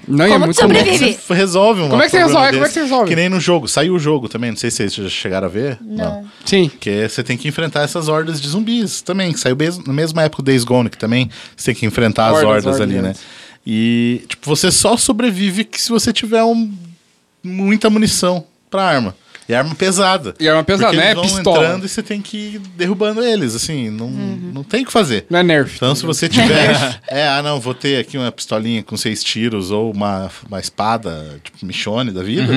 S5: Não, e é
S3: como
S5: muito
S3: tu
S5: louco.
S3: sobrevive?
S2: Você resolve um
S5: Como é que você
S2: problema
S5: resolve? Como é que você resolve?
S2: Que nem no jogo. Saiu o jogo também, não sei se vocês já chegaram a ver. Não.
S5: Sim.
S2: Porque você tem que enfrentar essas hordas de zumbis também, que saiu bes- na mesma época do Days Gone, que também você tem que enfrentar as
S5: Hordas,
S2: hordas,
S5: hordas.
S2: ali, né? E, tipo, você só sobrevive que se você tiver um- muita munição pra arma. E arma pesada.
S5: E arma pesada,
S2: Porque
S5: né?
S2: Eles vão
S5: Pistola.
S2: entrando e você tem que ir derrubando eles, assim, não,
S4: Uhum.
S2: não tem o que fazer.
S5: Não é nerf.
S2: Então, se você tiver. é, ah, não, vou ter aqui uma pistolinha com seis tiros ou uma, uma espada, tipo, michone da vida.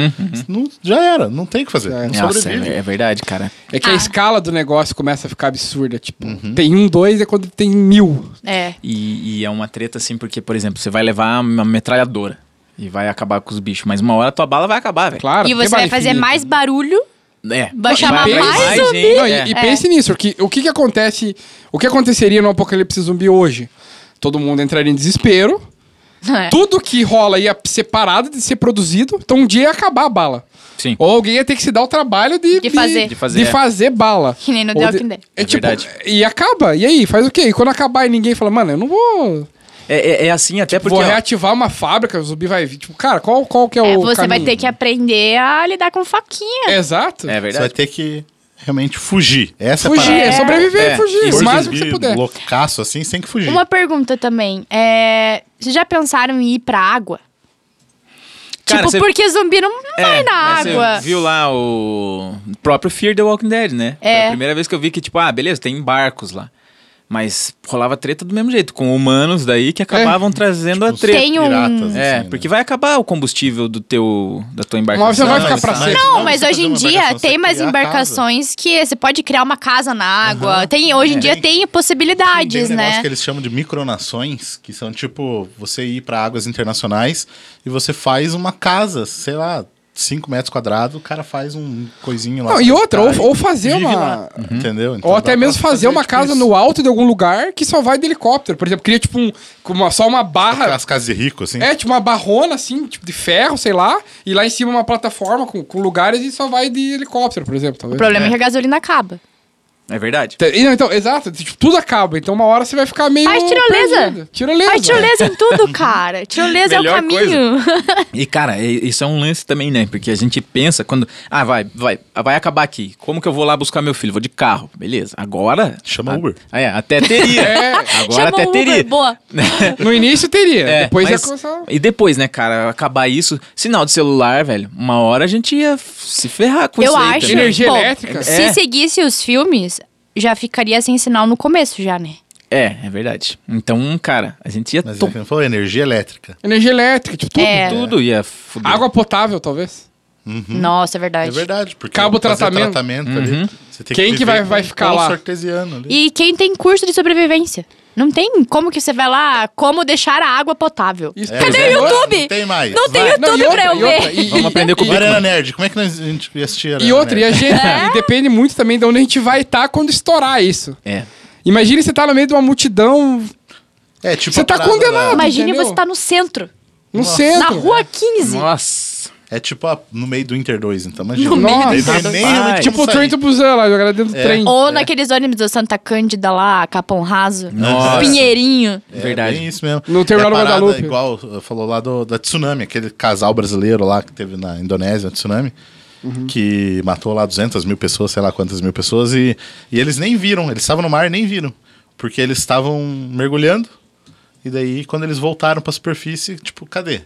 S2: não- já era, não tem o que fazer.
S5: Uhum, Já era.
S2: Não
S4: Nossa,
S2: sobrevive.
S4: é, é verdade, cara.
S5: É
S3: Ah.
S5: que a escala do negócio começa a ficar absurda. Tipo,
S4: Uhum.
S5: tem um, dois, é quando tem mil.
S3: É.
S4: E, e é uma treta assim, porque, por exemplo, você vai levar uma metralhadora e vai acabar com os bichos, mas uma hora tua bala vai acabar, velho.
S5: Claro.
S3: E
S5: porque
S3: você vai
S5: bala
S3: fazer
S5: infinita.
S3: mais barulho.
S4: É.
S3: Vai chamar um
S5: mais
S4: gente,
S3: zumbi?
S5: Não, e,
S4: é.
S5: e pense nisso, porque o que que acontece, o que aconteceria no apocalipse zumbi hoje? Todo mundo entraria em desespero,
S3: É.
S5: tudo que rola ia ser parado de ser produzido, então um dia ia acabar a bala.
S4: Sim.
S5: Ou alguém ia ter que se dar o trabalho de,
S3: De fazer.
S5: de
S3: De
S5: fazer,
S4: fazer, é.
S5: bala.
S3: Que nem no
S5: Ou
S3: The
S5: de-
S3: Walking Dead.
S5: É,
S4: É
S5: tipo,
S4: verdade.
S5: e acaba. E aí, faz o quê? E quando acabar e ninguém fala, mano, eu não vou
S4: É, é- é assim até porque...
S5: Vou
S4: ó,
S5: reativar uma fábrica, o zumbi vai vir. Tipo, cara, qual, qual que é o
S3: É, você vai
S5: caminho?
S3: ter que aprender a lidar com faquinha.
S5: Exato.
S4: é
S2: Você vai
S4: verdade.
S2: ter que realmente fugir. Essa
S5: Fugir,
S2: é a
S5: é,
S2: parada.
S5: sobreviver,
S4: É,
S5: fugir.
S2: Por
S5: O máximo que
S2: zumbi
S5: você puder.
S2: Loucaço assim, sem que fugir.
S3: Uma pergunta também. É, vocês já pensaram em ir pra água?
S4: Cara,
S3: tipo,
S4: você-
S3: porque zumbi não não vai
S4: É,
S3: na
S4: mas você
S3: água.
S4: viu lá o próprio Fear the Walking Dead, né? Foi
S3: É.
S4: a primeira vez que eu vi que, tipo, ah, beleza, tem barcos lá. Mas rolava treta do mesmo jeito, com humanos daí que acabavam trazendo a
S2: Tipo,
S4: treta.
S3: Tem um-
S2: piratas,
S4: É,
S2: assim,
S4: porque
S2: né?
S4: vai acabar o combustível do teu, da tua embarcação.
S5: Mas você vai
S2: Não,
S5: ficar
S2: isso
S5: pra
S2: não.
S5: sempre.
S3: Não,
S2: Não,
S3: mas
S2: você
S3: hoje
S2: fazer
S3: em
S2: uma
S3: dia
S2: embarcação,
S3: tem
S2: você
S3: mais
S2: criar a
S3: embarcações que você pode criar uma casa na água. Tem, hoje em dia tem
S2: É. Tem
S3: possibilidades,
S2: um negócio
S3: né?
S2: que eles chamam de micronações, que são tipo você ir pra águas internacionais e você faz uma casa, sei lá, 5 metros quadrados, o cara faz um coisinho lá.
S5: Não, e outra, ou, ou fazer
S2: Vive
S5: uma. Uhum.
S2: lá, Entendeu? Então
S5: Ou
S2: dá
S5: até
S2: pra
S5: mesmo fazer uma
S2: tipo
S5: casa
S2: isso.
S5: no alto de algum lugar que só vai de helicóptero. Por exemplo, cria tipo um, com uma- só uma barra.
S2: Aquelas casas de rico, assim.
S5: É, tipo uma barrona, assim, tipo de ferro, sei lá. E lá em cima uma plataforma com, com lugares e só vai de helicóptero, por exemplo.
S3: O
S5: Talvez.
S3: problema é que a gasolina acaba.
S4: É verdade.
S5: Te- e não, Então, exato. Tipo, tudo acaba. Então uma hora você vai ficar meio.
S3: Faz tirolesa.
S5: perdido. Tirolesa.
S3: Faz tirolesa em tudo, cara. Tirolesa é o
S4: Melhor
S3: caminho.
S4: E, cara, e- isso é um lance também, né? Porque a gente pensa quando. Ah, vai, vai, vai acabar aqui. Como que eu vou lá buscar meu filho? Vou de carro. Beleza. Agora.
S2: Chama
S4: a-
S2: Uber.
S4: É, até teria.
S5: É.
S4: Agora
S3: Chama
S4: até
S3: o Uber,
S4: teria.
S3: boa.
S5: No início teria.
S4: É,
S5: depois
S4: mas-
S5: ia começar.
S4: E depois, né, cara, acabar isso, sinal de celular, velho, uma hora a gente ia f- se ferrar com
S3: Eu
S4: isso
S2: né?
S4: aí
S3: acho.
S4: também.
S5: Energia
S3: Bom,
S5: elétrica.
S3: Se
S4: É.
S3: seguisse os filmes, já ficaria sem sinal no começo, já, né?
S4: É, é verdade. Então, cara, a gente ia
S2: Mas
S4: to-
S2: é que não falou energia elétrica.
S5: Energia elétrica, tipo, tudo.
S3: É.
S4: tudo, ia fuder.
S5: Água potável, talvez.
S3: Nossa, é verdade.
S2: É verdade, porque
S5: Cabo
S2: fazer
S5: tratamento. Uhum.
S2: tratamento ali, você tem
S5: Quem que
S2: viver
S5: vai- vai
S2: com um
S5: ficar lá?
S2: poço artesiano ali.
S3: E quem tem curso de sobrevivência? Não tem como que você vai lá, como deixar a água potável.
S5: Isso,
S3: Cadê
S5: por exemplo.
S3: o YouTube?
S2: É, Não tem mais.
S3: Não tem
S2: Vai.
S3: YouTube
S5: e outra,
S3: É pra eu
S5: e outra,
S3: ver.
S5: e-
S4: Vamos
S5: e-
S4: aprender com o
S2: Vai,
S4: Big
S2: Arena Nerd, como é que nós- a gente ia assistir Arena
S5: E outra, e a
S3: né?
S2: Nerd?
S5: gente
S3: É.
S5: e depende muito também de onde a gente vai estar quando estourar isso.
S4: É.
S5: Imagine você tá no meio de uma multidão
S2: É, tipo
S5: Você
S2: a
S5: tá
S2: parada
S5: condenado.
S2: da-
S3: Imagine
S5: Entendeu? É.
S3: você tá no centro,
S5: no
S3: na
S5: centro.
S3: rua 15.
S4: Nossa.
S2: É tipo a- no meio do Inter 2, então imagina.
S5: No meio do
S2: Não tem
S5: Inter
S2: nem
S4: 2.
S2: onde
S4: Ai.
S5: Tipo
S2: como
S5: o trem
S2: sair.
S5: do busão lá, jogada dentro do trem.
S3: Ou naqueles ônibus da Santa Cândida lá, Capão Raso,
S4: Nossa.
S3: Pinheirinho.
S2: É
S4: Verdade.
S2: bem isso mesmo.
S5: No terminal
S2: é a
S5: do
S2: parada
S5: Guadalupe.
S2: igual uh, falou lá do, da tsunami, aquele casal brasileiro lá que teve na Indonésia, a tsunami,
S5: Uhum.
S2: que matou lá 200 mil pessoas, sei lá quantas mil pessoas, e, e eles nem viram, eles estavam no mar e nem viram, porque eles estavam mergulhando, e daí quando eles voltaram pra superfície, tipo, cadê?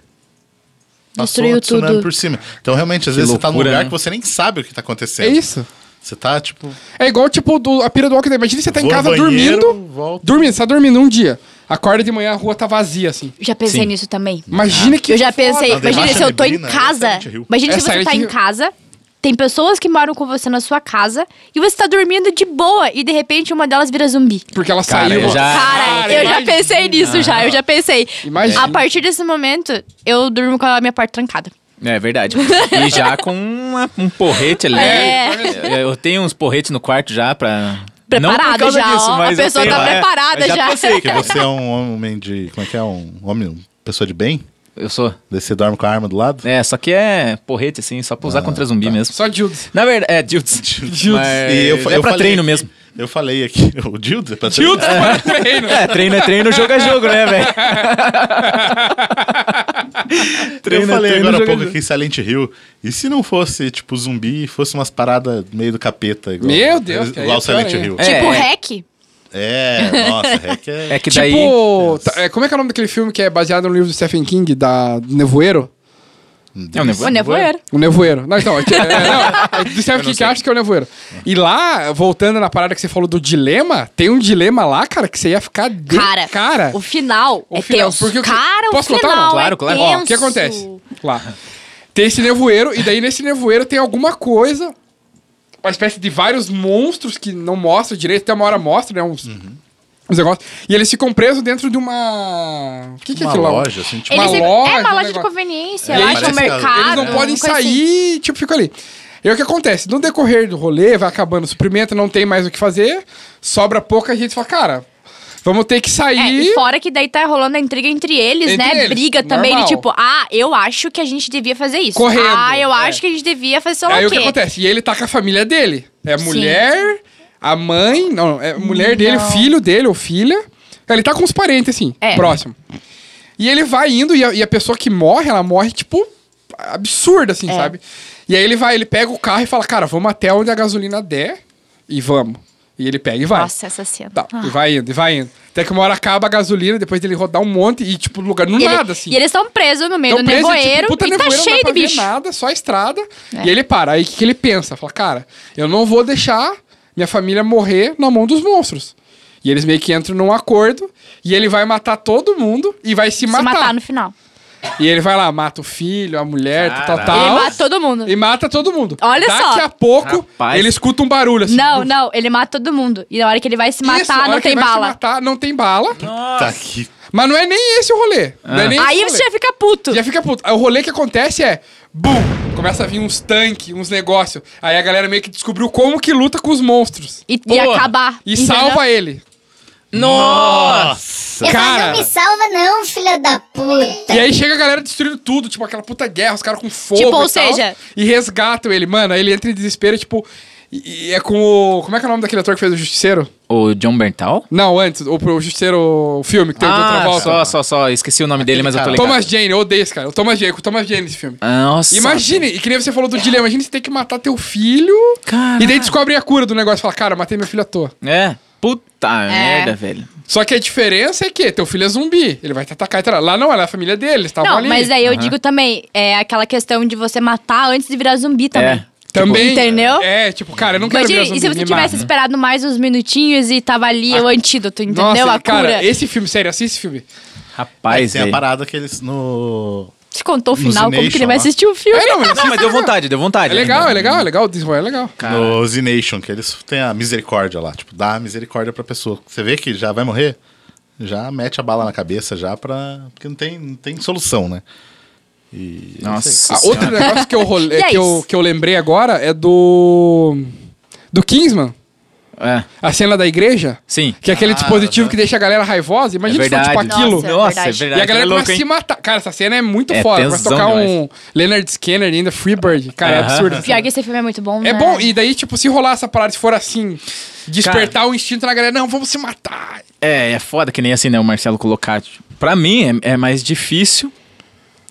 S2: Passou
S3: Destruiu
S2: a tsunami
S3: tudo.
S2: por cima. Então, realmente, às vezes você tá num
S4: loucura,
S2: lugar
S4: né?
S2: que você nem sabe o que tá
S5: É
S2: acontecendo.
S5: isso.
S2: Você tá, tipo,
S5: É igual, tipo, do- a pira do Walking Dead. Imagina você tá em
S2: Vou no
S5: casa
S2: banheiro,
S5: dormindo.
S2: volto.
S5: Dormindo, você tá dormindo um dia. Acorda de manhã, a rua tá vazia, assim.
S3: Já pensei
S4: Sim.
S3: nisso também.
S5: Imagina que.
S3: eu já pensei,
S2: foda.
S3: imagina
S2: Baixa
S3: se eu tô em
S2: neblina,
S3: casa.
S2: bastante rio.
S3: Imagina
S5: É,
S3: se você
S5: saiu
S3: tá
S5: de-
S3: em casa, tem pessoas que moram com você na sua casa e você tá dormindo de boa e de repente uma delas vira zumbi.
S5: Porque ela
S4: Cara,
S5: saiu.
S4: eu
S5: ó.
S4: já-
S3: Cara,
S5: Cara,
S3: eu
S5: Ah, imagina.
S3: já pensei nisso já, eu já pensei.
S5: Imagina.
S3: A partir desse momento, eu durmo com a minha porta trancada.
S4: É verdade. E já com uma- um porrete ali.
S5: É.
S4: Eu tenho uns porretes no quarto já pra. não por
S3: Preparado
S4: causa
S3: já,
S4: disso,
S3: ó.
S4: mas
S3: a
S4: eu
S3: pessoa
S4: tenho
S3: tá
S4: lá.
S3: preparada
S4: Eu
S3: já.
S4: pensei que
S2: que você é um homem de. Como é que é? Um homem, uma pessoa de bem?
S4: Eu sou.
S2: Daí você dorme com a arma do lado?
S4: É, só que é porrete, assim, só pra
S2: Ah,
S4: usar contra
S2: tá.
S4: zumbi mesmo.
S5: Só Jude.
S4: Na verdade, é Dilts. Mas
S2: E eu, fa-
S4: é
S2: eu
S4: pra
S2: falei-
S4: treino mesmo.
S2: Eu falei aqui, o Dildo é pra treino?
S4: É, treino é treino, jogo é jogo, né, velho?
S2: Eu
S4: treino é
S2: falei agora
S4: treino,
S2: há
S4: jogo é
S2: pouco aqui em Silent Hill. E se não fosse, tipo, zumbi, fosse umas paradas meio do capeta? Igual,
S5: Meu Deus, que aí
S2: Igual
S5: é pior
S2: Silent
S5: ainda.
S2: Hill.
S4: É.
S3: Tipo hack.
S2: É, nossa, é que é...
S4: É que daí...
S5: Tipo. tá- é, como é que é o nome daquele filme que é baseado no livro do Stephen King, da do Nevoeiro?
S4: É um
S3: O
S4: nevoeiro.
S3: nevoeiro.
S5: O nevoeiro. Não, então, é, que- é, não, é do Stephen King que acha que é o nevoeiro. E lá, voltando na parada que você falou do dilema, tem um dilema lá, cara, que você ia ficar de
S3: Cara, o final
S5: O
S3: é
S5: final,
S3: tenso.
S5: porque o que-
S3: Cara, o
S5: Posso
S3: final
S5: contar ou não?
S4: Claro,
S3: é
S4: claro.
S5: Ó,
S3: tenso.
S5: o que acontece? Lá. Tem esse nevoeiro, e daí nesse nevoeiro tem alguma coisa, uma espécie de vários monstros que não mostra direito, até uma hora mostra, né? Uns,
S3: Uhum.
S5: uns negócios. E eles ficam presos dentro de uma. O que, que é
S2: uma
S5: aquilo lá?
S2: loja, assim, tipo...
S5: Uma
S3: Eles-
S5: loja,
S3: é
S5: um
S3: uma loja de
S5: negócio.
S3: conveniência,
S2: É,
S3: eu
S2: parece
S3: acho, um
S2: que
S3: mercado.
S5: Eles não
S3: uma
S5: podem
S3: coisa assim.
S5: sair, tipo, ficam ali. E aí o que acontece? No decorrer do rolê, vai acabando o suprimento, não tem mais o que fazer, sobra pouca gente fala, cara, vamos ter que sair.
S3: É, e fora que daí tá rolando a intriga entre eles,
S5: Entre
S3: né?
S5: eles,
S3: Briga também de
S5: normal.
S3: tipo, ah, eu acho que a gente devia fazer isso.
S5: Correndo,
S3: Ah, eu
S5: é.
S3: acho que a gente devia fazer sei lá
S5: Aí
S3: o
S5: o que
S3: quê.
S5: acontece? E ele tá com a família dele. É a mulher, a mãe, não, é a mulher dele, o filho dele ou filha. Ele tá com os parentes, assim,
S3: É.
S5: próximo. E ele vai indo, e a, e a pessoa que morre, ela morre, tipo,
S3: É.
S5: absurda, assim, sabe? E aí ele vai, ele pega o carro e fala, cara, vamos até onde a gasolina der e vamos. E ele pega e vai.
S3: Nossa, essa cena.
S5: Tá,
S3: Ah.
S5: E vai indo, e vai indo. Até que uma hora acaba a gasolina, depois dele rodar um monte e, tipo, lugar no
S3: E ele-
S5: nada, assim.
S3: E eles estão presos no meio
S5: Então,
S3: É do
S5: preso,
S3: nevoeiro
S5: tipo, puta
S3: e tá
S5: nevoeiro, não dá
S3: cheio
S5: pra
S3: de
S5: ver
S3: bicho.
S5: nada, só a estrada.
S3: É.
S5: E ele para. Aí o que, que ele pensa? Fala, cara, eu não vou deixar minha família morrer na mão dos monstros. E eles meio que entram num acordo e ele vai matar todo mundo e vai se,
S3: Se
S5: matar.
S3: matar no final.
S5: E ele vai lá, mata o filho, a mulher, tal, tal.
S3: Ele mata todo mundo.
S5: E mata todo mundo.
S3: Olha
S5: Daqui
S3: só.
S5: a pouco,
S4: Rapaz.
S5: ele escuta um barulho assim.
S3: Não, não, ele mata todo mundo. E na hora que ele vai se
S5: Isso, a
S3: matar,
S5: hora
S3: não
S5: que
S3: tem
S5: ele vai se
S3: bala.
S5: matar, não tem bala.
S2: Tá aqui.
S5: Mas não é nem esse o rolê. Não é nem esse
S3: Aí
S5: o rolê.
S3: você já fica puto.
S5: Já fica puto. Aí O rolê que acontece é. Bum! Começa a vir uns tanques, uns negócios. Aí a galera meio que descobriu como que luta com os monstros.
S3: E, e
S4: Pô.
S3: acabar.
S5: E
S3: entendeu?
S5: salva ele.
S4: Nossa!
S3: é
S7: Eu falei,
S5: Cara.
S7: não me salva não, filha da puta.
S5: E aí chega a galera destruindo tudo, tipo aquela puta guerra, os caras com fogo.
S3: Tipo, ou
S5: e tal,
S3: seja-
S5: E resgatam ele. Mano, aí ele entra em desespero, tipo. E e é com o. Como é que é o nome daquele ator que fez o Justiceiro?
S4: O John Bertal?
S5: Não, antes. O, o Justiceiro, o filme que tem o de outra
S4: Ah,
S5: volta.
S4: só, só, só. Esqueci o nome dele, mas eu tô ligado.
S5: Thomas Jane, eu odeio esse cara. O Thomas Jane, com o Thomas Jane esse filme.
S4: Nossa.
S5: Imagine, e que nem você falou do dilema, imagina você tem que matar teu filho
S4: Caraca.
S5: e
S3: Ah.
S5: daí descobre a cura do negócio. Fala, cara, matei meu filho à toa.
S4: É. Puta merda, velho.
S5: Só que a diferença é que teu filho é zumbi, ele vai te atacar e tal. Lá não, ela é a família dele, eles estavam
S3: Não,
S5: ali.
S3: mas é aí eu digo também, é aquela questão de você matar antes de virar zumbi também.
S4: É.
S5: Também.
S3: tipo, Entendeu?
S5: É, tipo, cara, eu não quero
S3: Mas
S5: ver
S3: e,
S5: zumbi,
S3: e se você
S5: me
S3: tivesse assim,
S5: mata.
S3: esperado mais uns minutinhos e tava ali o antídoto,
S5: Ah, Nossa,
S3: entendeu? a cura.
S5: cara, esse filme, sério, assiste esse filme.
S2: Aí
S4: Rapaz,
S5: é.
S2: tem a
S4: velho.
S2: parada que eles no.
S3: Te contou o final, como que ele
S2: Illumination,
S3: vai
S2: lá.
S3: assistir o filme.
S5: É, não,
S4: Não, mas deu vontade, deu vontade.
S5: é legal, é legal, é legal, o desenrolar é legal.
S2: No Z Nation, que eles têm a misericórdia lá, tipo, dá a misericórdia pra pessoa. Você vê que já vai morrer, já mete a bala na cabeça já pra. Porque não tem, não tem solução, né? E. eu não sei.
S4: Nossa.
S5: Ah, outro
S4: senhora.
S5: negócio que eu, role-
S3: E é
S5: que, eu,
S3: isso.
S5: que eu lembrei agora é do. Do Kingsman.
S4: É.
S5: A cena da igreja.
S4: Sim.
S5: Que é aquele dispositivo que deixa a galera raivosa. Imagina
S4: Ah, é
S5: se for tipo
S4: verdade.
S5: aquilo.
S3: Nossa, é
S4: Nossa, é
S3: verdade.
S4: verdade.
S5: e a galera
S4: é
S5: começa
S4: louco,
S5: a se
S4: hein?
S5: matar. Cara, essa cena é muito
S4: É
S5: foda. Começa a
S4: tensão
S5: tocar
S4: demais.
S5: um Leonard Skinner ainda, Freebird. Cara, é
S4: Aham.
S5: absurdo. essa
S3: Pior que esse filme é muito bom, né?
S5: é bom, e daí, tipo, se rolar essa parada, se for assim, despertar o instinto na galera, não, vamos se matar.
S4: É, é foda que nem assim, né, o Marcelo colocar. Pra mim, é, é mais difícil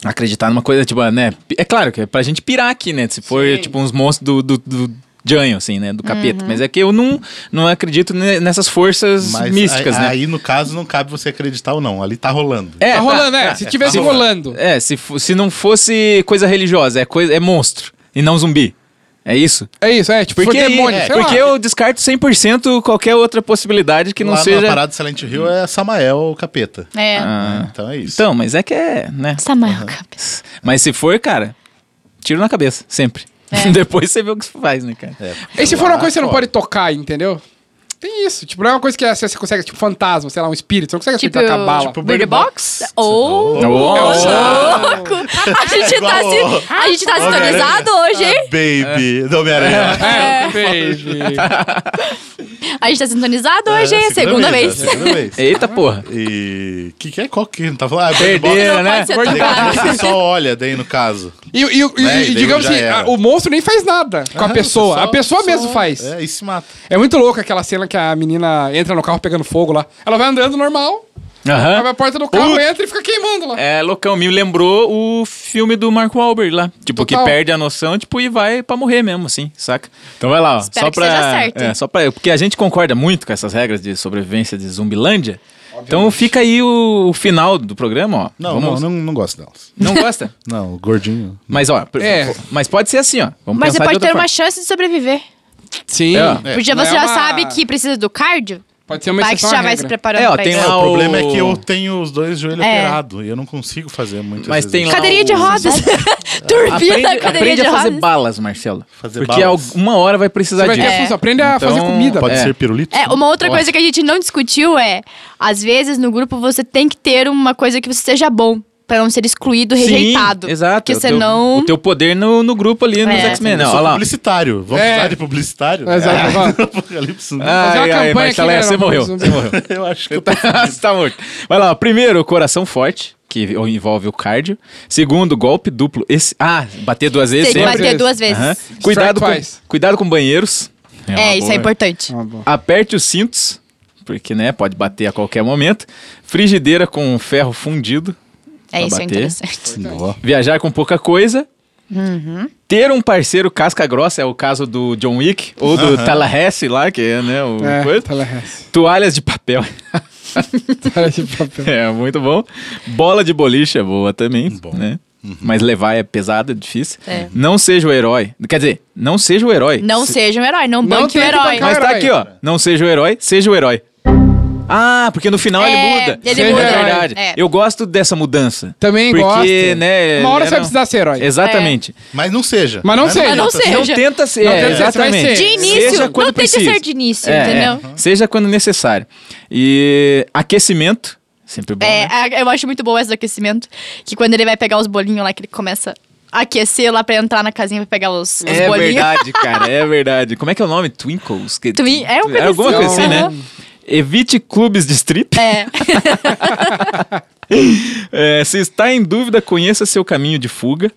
S4: acreditar numa coisa, tipo, né? É claro que é pra gente pirar aqui, né? Se for, tipo, uns monstros do. do, do Janho, assim, né? Do
S5: Uhum.
S4: capeta. Mas é que eu não, não acredito ne- nessas forças
S2: Mas
S4: místicas,
S2: aí,
S4: né?
S2: aí, no caso, não cabe você acreditar ou não. Ali tá rolando.
S4: É,
S5: tá rolando,
S4: tá,
S5: é.
S4: tá,
S5: se tivesse
S4: tá
S5: rolando.
S4: É, se, fo- se não fosse coisa religiosa, é, coisa, é monstro e não zumbi. É isso?
S5: É isso, é, tipo,
S4: Porque,
S5: for demônio,
S4: é,
S5: sei
S4: porque
S5: lá.
S4: eu descarto 100% qualquer outra possibilidade que não
S2: Lá na
S4: seja.
S2: parada do Silent Hill é Samael o capeta.
S3: É.
S4: Ah,
S2: Então é isso.
S4: então, mas é que é, né?
S3: Samael, cabeça.
S4: Mas se for, cara, tiro na cabeça, sempre.
S3: É.
S4: Depois você vê o que você faz, né, cara?
S2: É, porque
S5: E se for
S2: lá,
S5: uma coisa que você não
S2: foda.
S5: pode tocar, entendeu? Tem isso. Tipo, não é uma coisa que você você consegue, tipo, fantasma, sei lá, um espírito. Você não consegue
S3: Tipo,
S5: acreditar com a bala.
S3: tipo Bird Box? Ou...
S5: É um
S4: Nossa!
S3: Louco! A gente tá, se, a gente tá sintonizado hoje, hein?
S2: Baby do Homem-Aranha.
S5: É, baby.
S3: A gente tá sintonizado
S5: É,
S3: hoje, hein? Segunda vez.
S5: né?
S2: é, Segunda vez.
S4: Eita porra!
S2: E. Que que é? Qual que? Não tá falando? Ah, é Bird Box.
S4: Perderam,
S3: Não
S4: né?
S3: pode ser
S5: Bird
S3: tocado.
S2: Você só olha daí no caso.
S5: E, e- e-
S2: Né,
S5: e
S2: e daí
S5: digamos
S2: já
S5: assim,
S2: era.
S5: a- o monstro nem faz nada com a
S2: Aham,
S5: pessoa.
S2: Ah, você só-
S5: a pessoa
S2: só-
S5: mesmo faz. É.
S2: É, e se mata.
S5: muito louco aquela cena que a menina entra no carro pegando fogo lá. Ela vai andando normal, abre
S4: Aham.
S5: a porta do carro, entra e fica queimando lá.
S4: É, loucão, me lembrou o filme do Marco Wahlberg lá. Tipo,
S5: Total.
S4: que perde a noção, tipo, e vai pra morrer mesmo, assim, saca? Então vai lá, ó.
S3: Espero
S4: só
S3: que
S4: pra,
S3: seja certo.
S4: É, só pra. Porque a gente concorda muito com essas regras de sobrevivência de Zumbilândia. Então fica aí o, o final do programa, ó.
S2: Não,
S4: Vamos-
S2: não, não, não gosto delas.
S4: não gosta?
S2: Não, o gordinho.
S4: Mas ó,
S5: É.
S4: mas pode ser assim, ó. Vamos
S3: Mas você
S4: pensar
S3: pode
S4: de outra
S3: ter
S4: forma.
S3: uma chance de sobreviver.
S5: Sim.
S4: É.
S3: Porque
S5: Não
S3: você
S5: é
S3: já
S5: uma-
S3: sabe que precisa do cardio.
S5: Pode ser uma
S3: vai que você
S5: exceção
S3: já
S5: à
S3: vai
S5: regra.
S3: se preparando
S4: É, ó,
S3: pra
S4: tem
S3: isso.
S4: lá
S2: o
S4: o-
S2: problema é que eu tenho os dois joelhos
S3: É.
S2: operados e eu não consigo fazer muito
S4: Mas tem lá-
S3: Cadeirinha de
S4: o-
S3: rodas. Turbina
S4: um
S3: da
S4: Aprende,
S3: cadeirinha de
S4: aprende a fazer
S3: rodas.
S4: balas, Marcelo.
S2: Fazer
S4: porque
S2: balas.
S4: alguma hora vai precisar
S5: Você vai ter
S4: disso.
S5: a função. Aprende a fazer
S4: Então,
S5: comida.
S2: Pode
S4: É.
S2: ser pirulito?
S3: É, uma outra coisa que a gente não discutiu é, às vezes no grupo você tem que ter uma coisa que você seja bom, pra não ser excluído,
S4: Sim,
S3: rejeitado.
S4: exato.
S3: Porque
S4: O teu-
S3: senão
S4: O teu poder no, no grupo ali, nos
S3: É.
S4: X-Men.
S2: Eu
S4: Não,
S2: sou
S4: Olha lá.
S2: publicitário. Vamos
S5: É.
S2: precisar de publicitário?
S5: Exato,
S4: Ah.
S5: vamos.
S2: É. Apocalipse. não.
S4: Ai,
S5: Fazer uma
S4: ai,
S5: campanha
S4: Marcelo,
S5: aqui,
S4: é,
S5: né,
S4: você
S5: no-
S4: morreu.
S5: no-
S4: Você morreu.
S2: Eu acho que eu tô...
S4: você tá morto. Vai lá. ó. Primeiro, coração forte, que envolve o cardio. Segundo, golpe duplo. Esse, ah, bater duas vezes
S3: tem que
S4: sempre. é
S3: bater duas vezes.
S4: Aham. Cuidado, com,
S5: twice.
S4: cuidado com banheiros.
S3: É,
S4: uma
S3: isso
S4: boa.
S3: é importante.
S5: Uma boa.
S4: Aperte os cintos. porque né, pode bater a qualquer momento. Frigideira com ferro fundido.
S3: É
S4: pra
S3: isso, é
S4: bater.
S3: interessante.
S2: Boa.
S4: Viajar com pouca coisa.
S3: Uhum.
S4: Ter um parceiro casca grossa, é o caso do John Wick ou do Tallahassee lá, que é, né, o
S5: É,
S4: coisa.
S5: tá lá, é.
S4: Toalhas de papel.
S5: Tá de papel.
S4: É, muito bom. Bola de boliche é boa também, né? Mas levar é pesado, é difícil.
S3: É.
S4: Não seja o herói. Quer dizer, não seja o herói.
S3: Não seja um herói, não banque o
S5: tem que
S3: herói.
S5: bancar
S4: Mas tá
S5: herói.
S4: aqui, ó. Não seja o herói, seja o herói. Ah, porque no final
S3: É,
S4: ele muda.
S3: ele
S4: é
S5: muda.
S4: verdade.
S3: É.
S4: Eu gosto dessa mudança.
S5: Também
S4: porque,
S5: gosto.
S4: né?
S5: Uma hora você
S4: era-
S5: vai precisar ser herói.
S4: Exatamente.
S2: Mas não seja.
S5: Mas não seja.
S3: Mas não
S2: um
S3: seja.
S4: Não tenta ser.
S5: Não
S4: é,
S5: tenta ser, você vai
S4: exatamente.
S5: ser.
S3: De início,
S4: Seja
S3: não
S4: quando
S3: tenta
S4: precisa.
S3: ser de início,
S4: É,
S3: entendeu?
S4: é. Seja quando necessário. E aquecimento, sempre bom.
S3: É,
S4: né?
S3: a- eu acho muito bom esse do aquecimento. Que quando ele vai pegar os bolinhos lá, que ele começa a aquecer lá pra entrar na casinha pra pegar os, os
S4: É
S3: bolinhos.
S4: verdade, cara, é verdade. Como é que é o nome? Twinkles? Que-
S3: Twin- é uma coisa
S4: alguma
S3: assim.
S4: coisa assim, né?
S3: Aham.
S4: Evite clubes de strip.
S3: É.
S4: É, se está em dúvida, conheça seu caminho de fuga.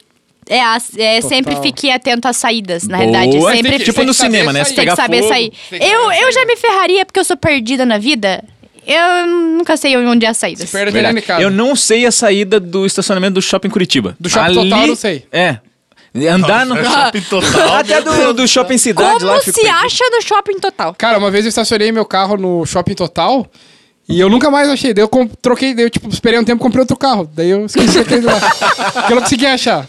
S3: É, a- é, sempre fique atento às saídas, na
S4: Boa.
S3: realidade.
S4: Tem
S3: Sempre
S4: que- tipo
S5: tem
S4: no
S5: que saber
S4: cinema, né?
S5: sair.
S4: Se
S3: tem
S4: pegar
S3: que saber
S4: fogo.
S3: sair.
S5: tem que
S3: Eu,
S5: saber
S3: eu já me ferraria porque eu sou perdida na vida. Eu nunca sei onde é as saídas.
S5: Perde a
S4: Verdade.
S5: NK.
S4: Eu não sei a saída do estacionamento do shopping Curitiba.
S5: Do Shopping Total, eu não sei.
S4: É. Andar no.
S2: É shopping total.
S4: Até do, Tá, do shopping cidade lá.
S3: Como
S4: eu fico
S3: se
S4: perdido.
S3: acha no shopping total?
S5: Cara, uma vez eu estacionei meu carro no Shopping Total e eu nunca mais achei. Daí eu com- troquei, daí eu tipo, esperei um tempo e comprei outro carro. Daí eu esqueci aquele lá. Porque eu não consegui achar.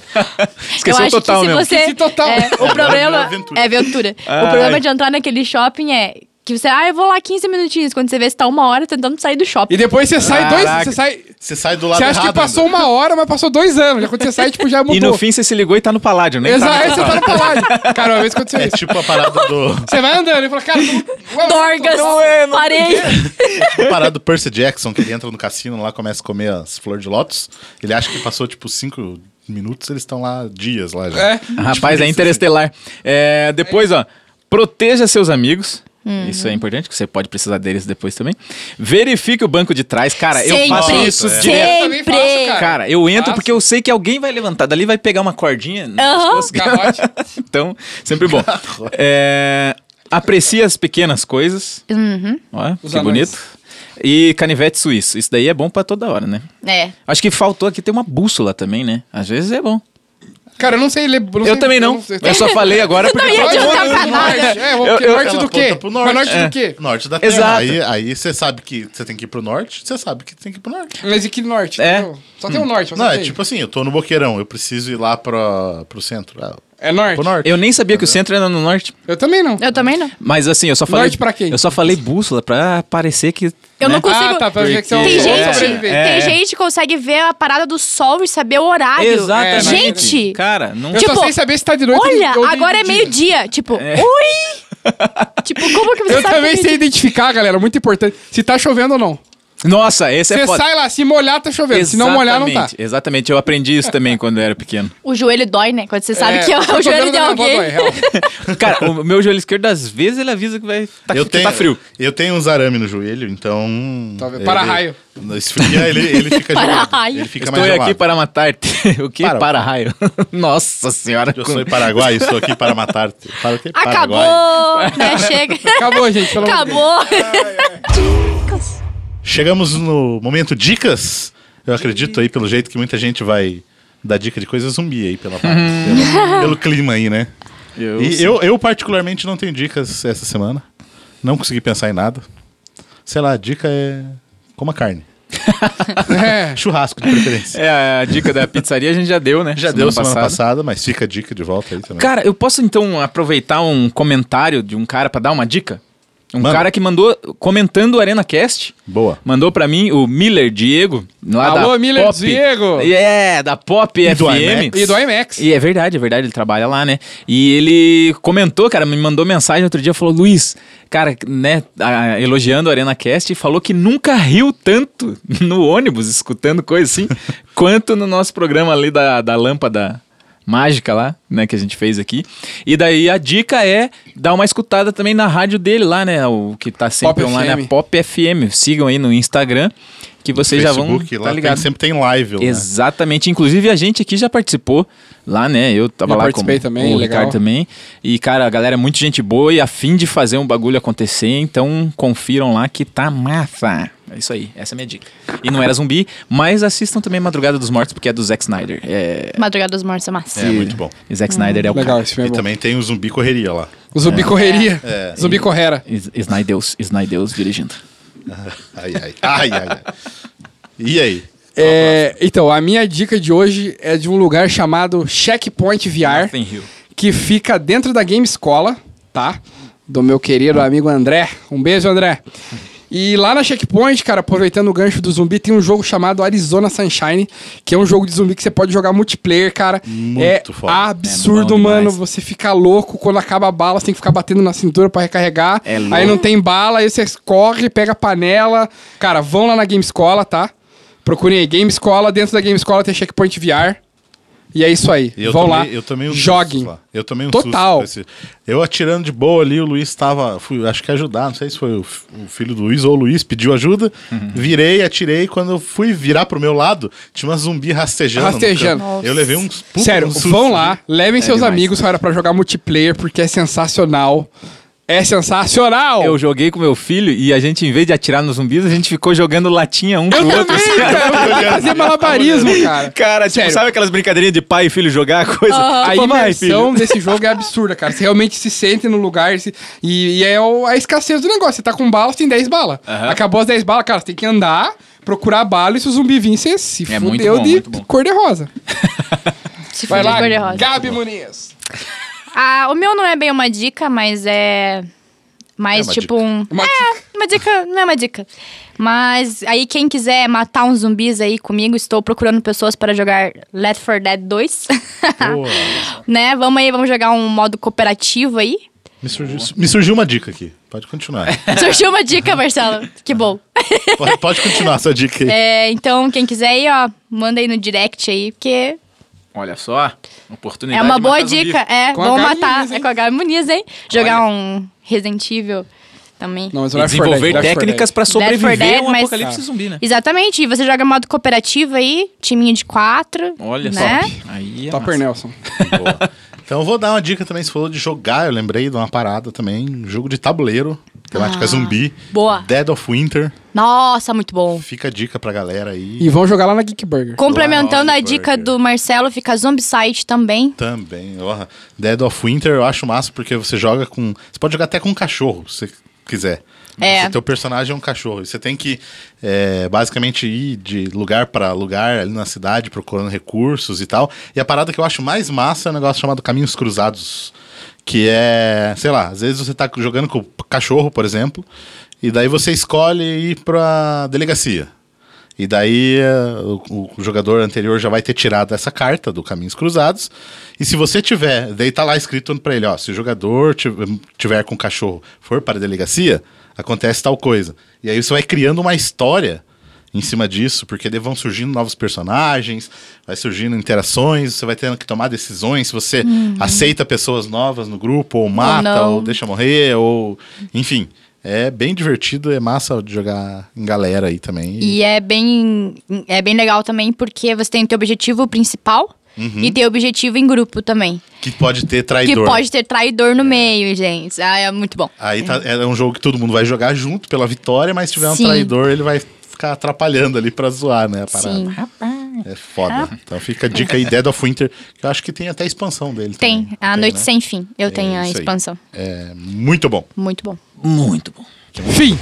S4: Esqueceu
S3: eu
S4: o
S3: acho que
S4: total
S3: se
S4: mesmo. Ah,
S3: você.
S5: Esqueci total.
S3: É, o
S2: É
S3: problema.
S2: aventura.
S3: É aventura.
S4: Ai.
S3: O problema de entrar naquele shopping é que você. Ah, eu vou lá 15 minutinhos. Quando você vê, você tá uma hora tentando sair do shopping.
S5: E depois você sai
S4: Caraca.
S5: dois. Você sai.
S2: Você sai do lado
S5: Você acha
S2: errado
S5: que passou
S2: ainda.
S5: uma hora, mas passou dois anos. Já quando você sai, tipo, já mudou.
S4: E no fim você se ligou e tá no Paládio, né?
S5: Exato, aí você tá no palácio. Cara, uma vez aconteceu
S2: É
S5: isso.
S2: tipo a parada do,
S5: Você vai andando e fala, cara, tô- ué,
S3: Dorgas!
S4: é,
S3: parei!
S2: a parada do Percy Jackson, que ele entra no cassino lá, começa a comer as flores de lótus. Ele acha que passou tipo cinco minutos, eles estão lá dias lá já.
S5: É.
S4: Rapaz, é interestelar. É, depois, ó, proteja seus amigos.
S3: Uhum.
S4: Isso é importante, que você pode precisar deles depois também. Verifique o banco de trás. Cara, eu faço
S3: Sempre,
S4: isso
S2: é.
S4: direto.
S5: Eu também faço,
S3: Sempre.
S4: Cara, eu entro
S5: Faço.
S4: porque eu sei que alguém vai levantar dali, vai pegar uma cordinha. no
S3: Aham.
S4: pescoço.
S5: Garrote.
S4: então, sempre bom. É, aprecie as pequenas coisas.
S3: Uhum.
S4: Ó, que
S5: anões.
S4: bonito. E canivete suíço. Isso daí é bom pra toda hora, né?
S3: É.
S4: Acho que faltou aqui ter uma bússola também, né? Às vezes é bom.
S5: Cara, eu não sei ler. não
S4: Eu
S5: sei-
S4: também não.
S5: sei-
S4: Eu só falei agora porque.
S3: Não ia
S5: Norte,
S3: adiantar pra
S5: norte,
S3: nada.
S5: É, vou-
S4: Eu- eu-
S5: norte
S2: Ela
S5: do quê?
S2: aponta tá pro norte.
S5: Mas norte
S4: É.
S5: do quê?
S2: Norte da Terra.
S4: Exato.
S2: Aí, aí você sabe que você tem que ir pro norte, você sabe que tem que ir pro norte.
S5: Mas e que norte?
S4: É.
S5: entendeu? Só tem o norte. mas
S2: Não, é
S5: sei.
S2: tipo assim, eu tô no Boqueirão, eu preciso ir lá pra, pro centro. Ah,
S5: É norte?
S2: pro norte.
S4: Eu nem sabia que o centro era no norte.
S5: Eu também não.
S3: Eu também não.
S4: Mas assim, eu só falei.
S5: Norte pra quem?
S4: Eu só falei bússola pra parecer que.
S3: Eu
S4: né?
S3: não consigo.
S5: Ah, tá, pra ver que você é um
S3: Tem
S5: bom
S3: gente,
S5: sobrevivente.
S4: É, é.
S3: tem gente que consegue ver a parada do sol e saber o horário.
S4: Exatamente.
S3: Gente,
S4: Cara, não.
S5: Eu só
S3: Tipo,
S5: sei saber se tá de noite ou de-
S3: olha,
S5: ou de
S3: agora é
S5: dia.
S3: meio-dia. Tipo,
S4: É.
S3: ui! tipo, como que você
S5: Eu
S3: sabe?
S5: também
S3: que é
S5: sei
S3: meio-dia?
S5: identificar, galera, muito importante, se tá chovendo ou não.
S4: Nossa, esse é
S5: Você
S4: foda.
S5: sai lá, se molhar, tá chovendo. Se não molhar, não tá.
S4: Exatamente, Exatamente, eu aprendi isso também quando eu era pequeno.
S3: O joelho dói, né? Quando você sabe
S5: É,
S3: que é
S5: tá
S3: o joelho
S5: chovendo,
S3: de
S5: não, não,
S3: alguém.
S5: não, é real.
S4: Cara, o meu joelho esquerdo, às vezes, ele avisa que vai. Tá,
S2: eu
S4: que
S2: tenho,
S4: tá frio.
S2: Eu tenho uns arame no joelho, então.
S5: Talvez-
S2: ele-
S5: para-raio.
S2: Esfria, ele, ele fica
S3: Para-raio.
S2: gelado. Ele fica
S4: Estou
S2: mais
S4: aqui
S2: gelado.
S4: para matar-te. O que?
S2: Para-
S4: Para-raio. Nossa senhora.
S2: Eu
S4: com-
S2: sou em Paraguai, estou aqui para matar-te. Para o quê? Paraguai.
S3: Acabou, né? Chega.
S5: Acabou, gente, pelo amor de
S3: Acabou.
S2: Chegamos no momento dicas. Eu acredito aí, pelo jeito, que muita gente vai dar dica de coisa zumbi aí pela parte, pelo, pelo clima aí, né?
S4: Eu,
S2: E eu, eu, particularmente, não tenho dicas essa semana. Não consegui pensar em nada. Sei lá, a dica é. Coma carne.
S5: É.
S2: Churrasco, de preferência.
S4: É, a dica da pizzaria a gente já deu, né?
S2: Já deu semana passada. mas fica a dica de volta aí também.
S4: Cara, eu posso então aproveitar um comentário de um cara pra dar uma dica? Um
S2: Manda.
S4: cara que mandou comentando o ArenaCast.
S2: Boa.
S4: Mandou pra mim o Miller Diego, lá
S5: Alô,
S4: da
S5: Miller
S4: Pop.
S5: Diego!
S4: É, da Pop
S2: E
S4: FM.
S2: do IMAX.
S5: E do IMAX.
S4: E é verdade, é verdade, ele trabalha lá, né? E ele comentou, cara, me mandou mensagem outro dia, falou, Luiz, cara, né, a- elogiando a Arena Cast, e falou que nunca riu tanto no ônibus, escutando coisa assim, quanto no nosso programa ali da, da lâmpada mágica lá, né, que a gente fez aqui. E daí a dica é dar uma escutada também na rádio dele lá, né, o que tá sempre
S5: Pop
S4: online,
S5: FM.
S4: a Pop FM. Sigam aí no Instagram que vocês já vão
S2: Facebook, lá
S4: tá
S2: tem-
S4: ligado.
S2: sempre tem live lá.
S5: né?
S4: Exatamente. Inclusive, a gente aqui já participou lá, né? Eu tava
S5: Eu
S4: lá
S5: participei
S4: com
S5: também,
S4: o
S5: legal.
S4: Ricardo também. E, cara, a galera é muito gente boa e afim de fazer um bagulho acontecer. Então, confiram lá que tá massa. É isso aí. Essa é a minha dica. E não era zumbi, mas assistam também Madrugada dos Mortos, porque é do Zack Snyder. É,
S3: Madrugada dos Mortos é massa.
S2: É muito bom.
S4: e Zack Snyder é o
S5: Legal,
S4: cara.
S5: esse
S2: E
S5: filme é bom.
S2: também tem o Zumbi Correria lá.
S5: O Zumbi Correria. Zumbi
S4: E-
S5: Correra.
S4: Is- Snydeus, Snydeus dirigindo.
S2: Ai, ai. Ai, ai, ai. E aí?
S5: É, então, a minha dica de hoje é de um lugar chamado Checkpoint VR,
S4: Nothing Hill.
S5: que fica dentro da Game Escola, tá? Do meu querido amigo André. Um beijo, André. E lá na Checkpoint, cara, aproveitando o gancho do zumbi, tem um jogo chamado Arizona Sunshine, que é um jogo de zumbi que você pode jogar multiplayer, cara. é
S2: foda.
S5: absurdo,
S4: É bom
S5: mano.
S4: demais.
S5: Você fica louco quando acaba a bala, você tem que ficar batendo na cintura pra recarregar.
S4: É louco.
S5: aí não tem bala, aí você corre, pega a panela. Cara, vão lá na Game Escola, tá? Procurem aí Game Escola, dentro da Game Escola tem Checkpoint VR. E é isso aí.
S2: E Eu
S5: vão
S2: tomei,
S5: lá.
S2: Eu tomei um susto
S5: joguem.
S2: lá. Eu tomei um
S5: Total.
S2: susto. com esse- Eu atirando de boa ali, o Luiz estava. Fui, acho que ajudar, não sei se foi o, f- o filho do Luiz ou o Luiz pediu ajuda. Virei, atirei. Quando eu fui virar pro meu lado, tinha uma zumbi rastejando. no
S5: Rastejando.
S2: canto. Eu levei uns puta
S5: Sério,
S2: um susto.
S5: vão lá, levem seus
S4: demais.
S5: amigos, cara, pra jogar multiplayer, porque é sensacional. É sensacional!
S4: Eu joguei com meu filho e a gente, em vez de atirar nos zumbis, a gente ficou jogando latinha um pro outro.
S5: também, cara, eu vou fazer malabarismo, cara.
S4: Cara, tipo,
S5: Sério.
S4: sabe aquelas brincadeirinhas de pai e filho jogar coisa?
S5: A
S4: Tipo, vai,
S5: imersão desse jogo é absurda, cara. Você realmente se sente no lugar se- e, e é o- a escassez do negócio. Você tá com bala, você tem 10 balas. Acabou as 10 balas, cara, você tem que andar, procurar bala e se o zumbi vir, você se
S4: É muito
S5: fudeu
S4: bom,
S5: de
S4: muito bom.
S5: cor de rosa.
S3: Se
S5: Vai
S3: for de
S5: lá,
S3: cor-de-rosa.
S5: Gabi Muniz.
S3: Ah, o meu não é bem uma dica, mas é. Mais
S2: É uma
S3: tipo
S2: dica.
S3: um.
S5: Uma
S3: É, uma dica, não é uma dica. Mas aí, quem quiser matar uns zumbis aí comigo, estou procurando pessoas para jogar Left 4 Dead 2.
S2: Pô,
S3: né? Vamos aí, vamos jogar um modo cooperativo aí.
S2: me, surgiu, me surgiu uma dica aqui. Pode continuar.
S3: Surgiu uma dica, Marcelo. Que bom.
S2: pode, pode continuar sua dica aí.
S3: É, então, quem quiser aí, ó, manda aí no direct aí, porque
S4: Olha só, oportunidade.
S3: é uma
S4: de
S3: boa
S4: matar zumbi.
S3: dica. É,
S5: Com a
S3: vamos
S5: Gabi
S3: matar.
S5: Muniz, hein?
S3: é com a Gabi Muniz, hein? Jogar um Resident Evil também.
S5: Não, mas o
S4: E
S5: Left 4 Dead,
S4: desenvolver
S5: Left 4 Dead.
S4: técnicas pra
S3: Left 4
S4: sobreviver
S3: Dead,
S4: a um
S3: mas-
S2: Tá.
S4: apocalipse zumbi, né?
S3: Exatamente, e você joga modo cooperativo aí, timinho de quatro.
S4: Olha
S3: né?
S4: só. Aí é
S5: Topper né?
S4: massa.
S5: Nelson.
S2: Boa. Então eu vou dar uma dica também, você falou de jogar, eu lembrei de uma parada também, um jogo de tabuleiro, temática zumbi.
S3: boa.
S2: Dead of Winter,
S3: Nossa, muito bom.
S2: fica a dica pra galera aí.
S5: E vão jogar lá na Geek Burger.
S3: Complementando a
S2: Lord
S3: dica
S2: Burger.
S3: do Marcelo, fica Zombicide também.
S2: Também, ó. Dead of Winter eu acho massa porque você joga com. Você pode jogar até com um cachorro, se você quiser.
S3: É.
S2: Você- teu personagem é um cachorro. E você tem que é, basicamente ir de lugar pra lugar ali na cidade procurando recursos e tal. E a parada que eu acho mais massa é um negócio chamado Caminhos Cruzados. Que é, sei lá, às vezes você tá jogando com o cachorro, por exemplo, e daí você escolhe ir pra delegacia. E daí eh, o, o jogador anterior já vai ter tirado essa carta do Caminhos Cruzados. E se você tiver, daí tá lá escrito pra ele, ó, se o jogador ti- tiver com o cachorro for para a delegacia, acontece tal coisa. E aí você vai criando uma história em cima disso, porque daí vão surgindo novos personagens, vai surgindo interações, você vai tendo que tomar decisões, se você aceita pessoas novas no grupo, ou mata,
S3: não.
S2: ou deixa morrer, ou. Enfim. É bem divertido, é massa de jogar em galera aí também.
S3: E é bem, é bem legal também, porque você tem o teu objetivo principal
S4: Uhum.
S3: e tem o objetivo em grupo também.
S2: Que pode ter traidor.
S3: Que pode ter traidor
S4: É.
S3: no meio, gente. Ah, é muito bom.
S2: Aí tá- é um jogo que todo mundo vai jogar junto pela vitória, mas se tiver um
S3: Sim.
S2: traidor, ele vai ficar atrapalhando ali pra zoar, né? A parada.
S3: Sim. Ah.
S2: É foda. Então fica a dica aí, Dead of Winter, que eu acho que tem até a expansão dele.
S3: Tem.
S2: também.
S3: A Noite
S2: né?
S3: Sem Fim. Eu tenho a
S2: isso aí.
S3: expansão.
S2: É muito bom.
S3: Muito bom.
S4: Muito bom.
S5: Fim.